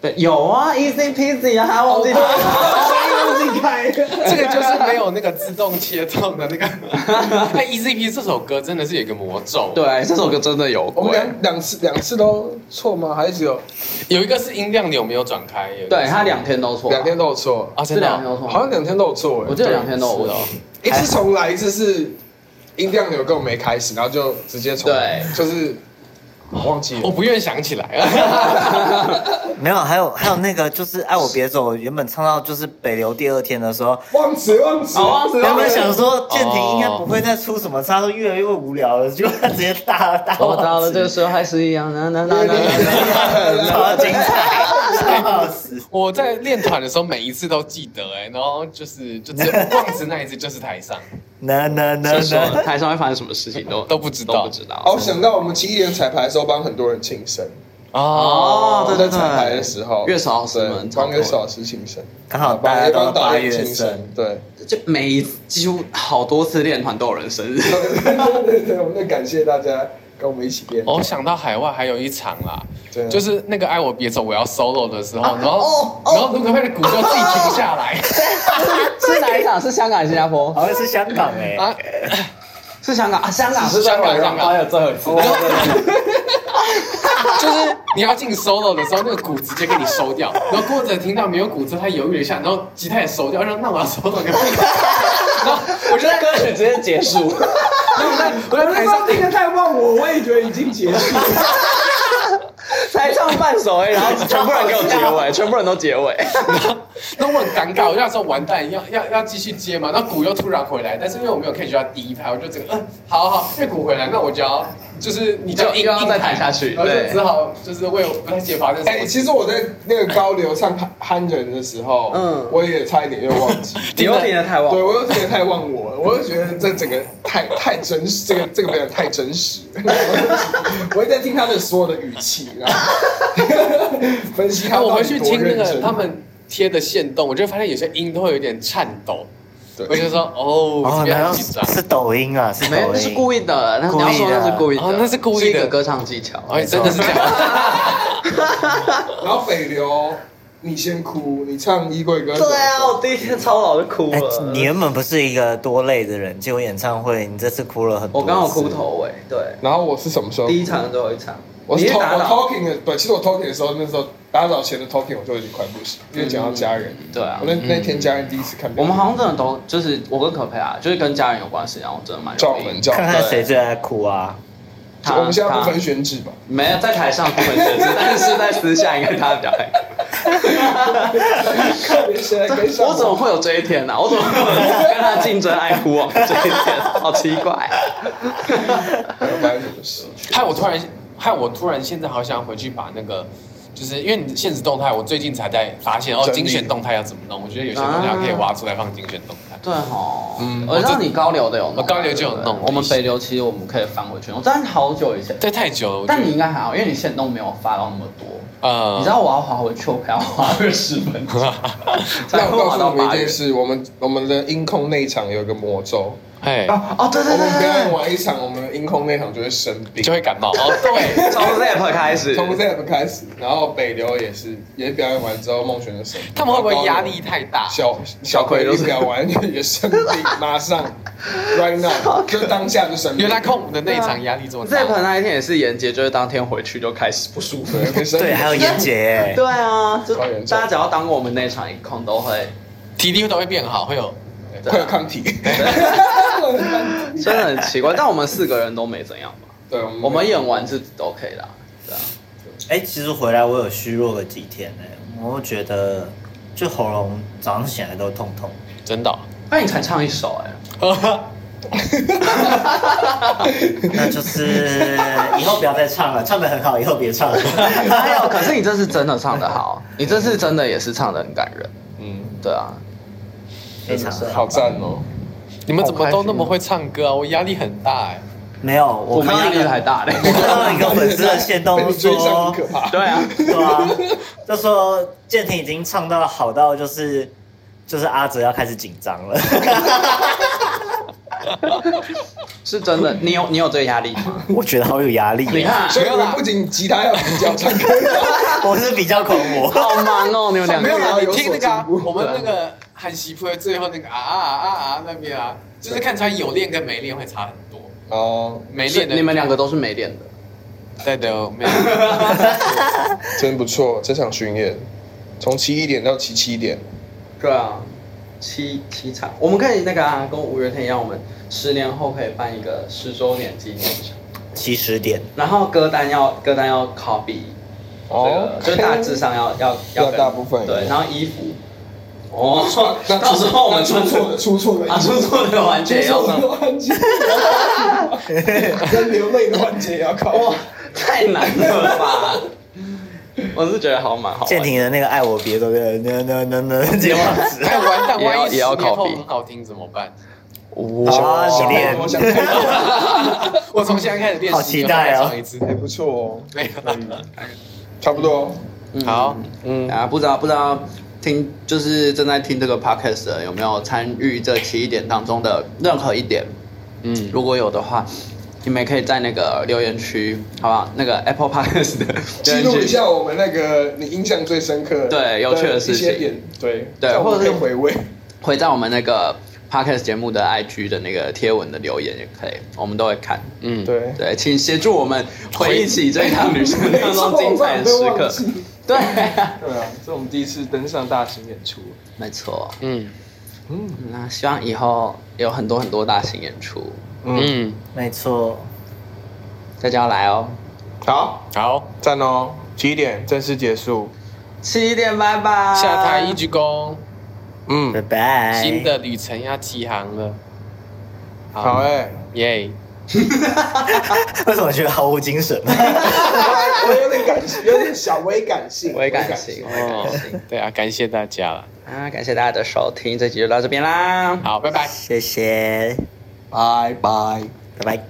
Speaker 2: 对，有啊，Easy Peasy 啊，还忘记忘记开，
Speaker 4: 这个就是没有那个自动切动的那 个。那 E Z P 这首歌真的是有一个魔咒，，
Speaker 2: 对，这首歌真的有
Speaker 1: 我们
Speaker 2: 鬼。
Speaker 1: 两两次两次都错吗？还是只有
Speaker 4: 有一个是音量你有没有转开？有一个
Speaker 2: 对
Speaker 4: 是
Speaker 2: 他两天都错，
Speaker 1: 两天都有错
Speaker 4: 啊，
Speaker 2: 是
Speaker 4: 真的
Speaker 2: 两天
Speaker 4: 哦，
Speaker 2: 都错，
Speaker 1: 好像两天都有错哎、
Speaker 2: 我记得两天都有
Speaker 4: 是
Speaker 2: 问
Speaker 4: 哦
Speaker 2: 题。
Speaker 1: 一次重来，一次是音量有跟我没开始，然后就直接重来，
Speaker 2: 对哦
Speaker 1: 就是忘记
Speaker 4: 我
Speaker 1: 了。
Speaker 4: 不愿想起来。啊
Speaker 3: 没有，还有还有那个就是《爱我别走》，原本唱到就是北流第二天的时候，
Speaker 1: 忘词，忘词，
Speaker 2: 哦忘词
Speaker 3: 原本想说建廷应该不会再出什么差，都越来越无聊了，结果他直接大大
Speaker 2: 哦我
Speaker 3: 忘
Speaker 2: 到了
Speaker 3: 词
Speaker 2: 这个时候还是一 样，啦啦啦啦
Speaker 3: 超
Speaker 2: 啦
Speaker 3: 精彩，笑死！
Speaker 4: 我在练团的时候，每一次都记得哎，然后就是就只有忘词那一次就是 台上，
Speaker 3: 那那那
Speaker 2: 就说
Speaker 3: 那，
Speaker 2: 台上会发生什么事情都
Speaker 4: 都不知道
Speaker 2: 都不知道。
Speaker 1: 哦，我想到我们七一年彩排的时候帮很多人庆生，
Speaker 2: 哦，对对
Speaker 1: 在
Speaker 2: 对，
Speaker 1: 彩排的时候，
Speaker 2: 乐手老师
Speaker 1: 对
Speaker 2: 们超
Speaker 1: 帮
Speaker 2: 多
Speaker 1: 乐手老师庆生，
Speaker 3: 刚好大
Speaker 1: 帮
Speaker 3: 家
Speaker 1: 也
Speaker 3: 都是
Speaker 1: 帮导
Speaker 3: 八
Speaker 1: 演
Speaker 3: 月
Speaker 1: 庆生
Speaker 3: 生，，
Speaker 1: 对，
Speaker 2: 就每一次几乎好多次练团都有人生日，
Speaker 1: 对对对，我们在感谢大家跟我们一起练。
Speaker 4: 我想到海外还有一场啦
Speaker 1: 对啊，
Speaker 4: 就是那个爱我别走我要 solo 的时候，
Speaker 2: 啊
Speaker 4: 然
Speaker 2: 哦
Speaker 4: 后然后卢可佩的鼓就自己停下来，
Speaker 2: 是哪一场？是香港还是新加坡？
Speaker 3: 好像是香港哎，
Speaker 4: 啊，
Speaker 2: 是香港啊，香港
Speaker 4: 是香港
Speaker 2: 最后一
Speaker 4: 香
Speaker 1: 哎
Speaker 4: 港
Speaker 2: 场还有最后一次。
Speaker 1: 哦
Speaker 4: 就是你要进 solo 的时候，那个鼓直接给你收掉，然后郭者听到没有鼓之后，他犹豫了一下，然后吉他也收掉，然后那我要 solo 个屁，然后
Speaker 2: 我觉得歌曲直接结 束，
Speaker 1: 我在台上听的太忘我，我也觉得已经结束。
Speaker 2: 才唱半首 哎，然后全部人给我结 尾，全部人都结尾。
Speaker 4: 那我很尴尬，我就想说完蛋，要要要继续接嘛，那鼓又突然回来，但是因为我没有 catch 到第一拍，我就整个嗯，好好，因为鼓回来，那我就要就是你
Speaker 2: 就
Speaker 4: 硬
Speaker 2: 又要再弹
Speaker 4: 硬
Speaker 2: 下去
Speaker 4: 然后
Speaker 2: 对
Speaker 4: 就只好就是为我不太解发生什
Speaker 1: 哎、
Speaker 4: 么
Speaker 1: 其
Speaker 4: 事。
Speaker 1: 实我在那个高流唱憨憨人的时候，嗯
Speaker 2: 嗯，
Speaker 1: 我也差一点又忘记。
Speaker 2: 你又听得太忘
Speaker 1: 对，我又觉得太忘我了，我又觉得这整个太太真实，这个这个表演太真实。我一直在听他的所有的语气，然后分析他
Speaker 4: 然后我
Speaker 1: 到
Speaker 4: 回
Speaker 1: 底
Speaker 4: 去
Speaker 1: 多
Speaker 4: 听那
Speaker 1: 认
Speaker 4: 个
Speaker 1: 真
Speaker 4: 他们贴的线动，我就发现有些音都会有点颤抖，
Speaker 1: 对
Speaker 4: 我就说哦，我这
Speaker 2: 啊
Speaker 3: 哦，
Speaker 4: 边
Speaker 3: 然
Speaker 4: 很
Speaker 3: 后
Speaker 4: 紧张。
Speaker 3: 是抖音啊，是
Speaker 2: 没有，
Speaker 3: 抖
Speaker 2: 那是故
Speaker 3: 音，
Speaker 2: 意的。那你要说那是故意的，
Speaker 4: 故意的哦那是故意的
Speaker 2: 一个歌唱技巧。
Speaker 4: 哎，真的是这样，
Speaker 1: 然后北流，你先哭，你唱衣柜歌手。
Speaker 2: 对啊，我第一天超老就哭
Speaker 3: 哎
Speaker 2: 了。，
Speaker 3: 你原本不是一个多累的人，结果演唱会你这次哭了很多，
Speaker 2: 我刚好哭，头尾，对，
Speaker 1: 然后我是什么时候？
Speaker 2: 第一场最后一场，
Speaker 1: 我是
Speaker 2: 你
Speaker 1: talk,
Speaker 2: 打
Speaker 1: 我
Speaker 2: 扰，
Speaker 1: talking 的，对，其实我 talking 的时候，那时候打扫前的 talking 我就已经快不行，因为讲到家人。
Speaker 2: 对啊
Speaker 1: 我。那那天家人第一次看表演，
Speaker 2: 我们好像真的都就是我跟可佩啊，就是跟家人有关系，然后真的蛮
Speaker 1: 叫
Speaker 2: 容易
Speaker 1: 门叫
Speaker 3: 看
Speaker 1: 门，
Speaker 3: 看谁最爱哭啊。
Speaker 2: 他
Speaker 1: 我们现在不
Speaker 2: 他
Speaker 1: 分选址吧？
Speaker 2: 没有在台上不分圈子，但是在私下应该他比较爱。
Speaker 1: 看你现在跟上
Speaker 2: 我怎么会有这一天呢、啊我怎么会有跟他竞争爱哭王这一天？好奇怪。
Speaker 1: 发生什么事？
Speaker 4: 害我突然，害我突然现在好想回去把那个，就是因为你的现实动态，我最近才在发现哦，
Speaker 1: 整理，
Speaker 4: 精选动态要怎么弄？我觉得有些东西可以挖出来放精选动态。
Speaker 2: 对吼，
Speaker 4: 嗯
Speaker 2: 我知道你高流的有弄，啊
Speaker 4: 我高流就有弄
Speaker 2: 对不对我们北流其实我们可以翻回去弄，但好久以前。
Speaker 4: 这太久了，我觉
Speaker 2: 但
Speaker 4: 得
Speaker 2: 你应该还好，因为你现动没有发到那么多。
Speaker 4: 呃
Speaker 2: 你知道我要滑回去，我可能要滑二十分 钟
Speaker 1: 那
Speaker 2: 才会
Speaker 1: 我告
Speaker 2: 滑
Speaker 1: 诉
Speaker 2: 到
Speaker 1: 你们
Speaker 2: 八
Speaker 1: 一
Speaker 2: 月
Speaker 1: 件。事，我们我们的音控那一场有一个魔咒，
Speaker 4: 哎，
Speaker 2: 哦哦，对
Speaker 1: 我
Speaker 2: 对对
Speaker 1: 们
Speaker 2: 对
Speaker 1: 表演
Speaker 2: 对
Speaker 1: 完一场，我们音控那场就会生病
Speaker 4: 就，会感冒哦。对，
Speaker 2: 对，从 rap 开始，
Speaker 1: 从 rap 开始，然后北流也是，也表演完之后，孟璇就生病，
Speaker 4: 他们会不会压力太大？
Speaker 1: 小小葵
Speaker 2: 小葵就
Speaker 1: 一
Speaker 2: 是
Speaker 1: 表完也生病，马上 right now 就当下就生病，
Speaker 4: 原来控我们的那一场压力这么大。
Speaker 2: rap 那一天也是严杰，就是当天回去就开始不舒服。
Speaker 1: 对生
Speaker 3: 对，还有
Speaker 1: 病，
Speaker 3: 严杰，
Speaker 2: 对啊，就
Speaker 1: 超严重
Speaker 2: 大家只要当过我们那场一空都会，
Speaker 4: 体力都会变好，会有
Speaker 2: 对啊
Speaker 1: 会有抗体，
Speaker 2: 真的很奇怪。但我们四个人都没怎样吧？
Speaker 1: 对，
Speaker 4: 嗯
Speaker 2: 我们演完是 OK 啦，对啊。
Speaker 3: 哎、其实回来我有虚弱了几天呢、我觉得就喉咙早上醒来都痛痛。
Speaker 4: 真的哦。哦
Speaker 2: 那你才唱一首哎、
Speaker 3: 那就是以后不要再唱了，唱的很好，以后 别唱了。
Speaker 2: 还有，哎可是你这次真的唱得好，
Speaker 4: 嗯
Speaker 2: 你这次真的也是唱得很感人，
Speaker 1: 嗯，
Speaker 2: 对啊，
Speaker 3: 非常好。
Speaker 1: 好赞哦，
Speaker 4: 你们怎么都那么会唱歌啊？我压力很大哎。
Speaker 3: 没有，
Speaker 2: 我
Speaker 3: 我
Speaker 2: 们压
Speaker 3: 看到一
Speaker 2: 力
Speaker 3: 个，
Speaker 2: 还大嘞，
Speaker 3: 我 看到一个粉丝的线动
Speaker 1: 被你追上
Speaker 3: 说
Speaker 1: 很，可怕，
Speaker 2: 对啊，
Speaker 3: 对啊，就说建廷已经唱到好到就是就是阿哲要开始紧张了。
Speaker 2: 是真的，你有你有这个压力吗？
Speaker 3: 我觉得好有压力、
Speaker 2: 你
Speaker 3: 啊，
Speaker 2: 看，
Speaker 1: 所以我们不仅吉他要比较，唱歌也要
Speaker 3: 我是比较恐魔。
Speaker 2: 好忙哦，你们两
Speaker 4: 没
Speaker 2: 个
Speaker 4: 有
Speaker 1: 人
Speaker 4: 啦，
Speaker 1: 要
Speaker 4: 你
Speaker 1: 有
Speaker 4: 听
Speaker 1: 所
Speaker 4: 那个啊，
Speaker 1: 进步
Speaker 4: 我们那个韩熙夫的最后那个啊啊啊啊那边啊，就是看出来有练跟没练会差很多。
Speaker 1: 哦，
Speaker 4: 没
Speaker 2: 是
Speaker 4: 练的
Speaker 2: 你们两个都是没练的，
Speaker 4: 对的，我没有。哎
Speaker 1: 真不错，这场巡演从七一点到七七点，
Speaker 2: 对啊，七七场，我们可以那个啊，跟五月天一样，我们十年后可以办一个十周年纪念场，
Speaker 3: 七十点，
Speaker 2: 然后歌单要歌单要 copy 这个，就是大致上要要
Speaker 1: 哦要
Speaker 2: 跟
Speaker 1: 大部分一样
Speaker 2: 对，然后衣服。哦，
Speaker 1: 那
Speaker 2: 到时候我们
Speaker 1: 出错的，出错的，
Speaker 2: 啊，出错的完全也要
Speaker 1: 出错
Speaker 2: 弄
Speaker 1: 的环节，跟流泪的环节也要靠。
Speaker 2: 哇，太难 了吧！我是觉得好蛮好玩的。
Speaker 3: 建廷的那个爱我别走的，那那那那这样子。
Speaker 4: 哎，完蛋，
Speaker 2: 也要
Speaker 4: 万一十
Speaker 2: 也要
Speaker 4: 年后
Speaker 2: copy
Speaker 4: 很好听怎么办？
Speaker 3: 哇，
Speaker 1: 想
Speaker 3: 你
Speaker 1: 太
Speaker 3: 练
Speaker 1: 多，想太多，
Speaker 4: 我从现在开始练习，
Speaker 3: 好期待哦
Speaker 4: 再唱一次。
Speaker 1: 还不错哦，
Speaker 4: 对啊，
Speaker 1: 差不多。
Speaker 4: 好，
Speaker 1: 嗯，
Speaker 2: 啊，不知道不知道听就是正在听这个 podcast 的人有没有参与这七点当中的任何一点？
Speaker 4: 嗯，
Speaker 2: 如果有的话，你们也可以在那个留言区，好不好？那个 Apple Podcast 的
Speaker 1: 记
Speaker 2: 留
Speaker 1: 录
Speaker 2: 言
Speaker 1: 一
Speaker 2: 区。
Speaker 1: 下我们那个你印象最深刻、
Speaker 2: 对有趣的事情
Speaker 1: 一些点，对
Speaker 2: 对
Speaker 1: 让我们
Speaker 2: 或者是
Speaker 1: 可以回味。
Speaker 2: 会在我们那个 podcast 节目的 IG 的那个贴文的留言也可以，我们都会看。
Speaker 4: 嗯，
Speaker 1: 对，
Speaker 2: 对，请协助我们回忆起这一趟旅程当中精彩的时刻。 对，
Speaker 1: 对啊，这是我们第一次登上大型演出。
Speaker 2: 没错。
Speaker 4: 嗯
Speaker 1: 嗯
Speaker 2: 那希望以后有很多很多大型演出，
Speaker 1: 嗯，
Speaker 4: 嗯，
Speaker 3: 没错，
Speaker 2: 大家要来哦。
Speaker 1: 好，
Speaker 4: 好，
Speaker 1: 赞哦！七点正式结束。
Speaker 2: 七点，拜拜。
Speaker 4: 下台一鞠躬，
Speaker 1: 嗯
Speaker 3: 拜，拜。
Speaker 4: 新的旅程要起航了。
Speaker 1: 好，哎，
Speaker 4: 耶，
Speaker 3: 为什么觉得毫无精神？
Speaker 1: 我有点感性，有点小微感性
Speaker 2: 我也感哦性，我也感性。
Speaker 4: 对啊，感谢大家了。
Speaker 2: 啊，感谢大家的收听，这集就到这边啦。
Speaker 4: 好，拜拜。
Speaker 3: 谢谢，
Speaker 1: 拜拜。
Speaker 3: 拜拜。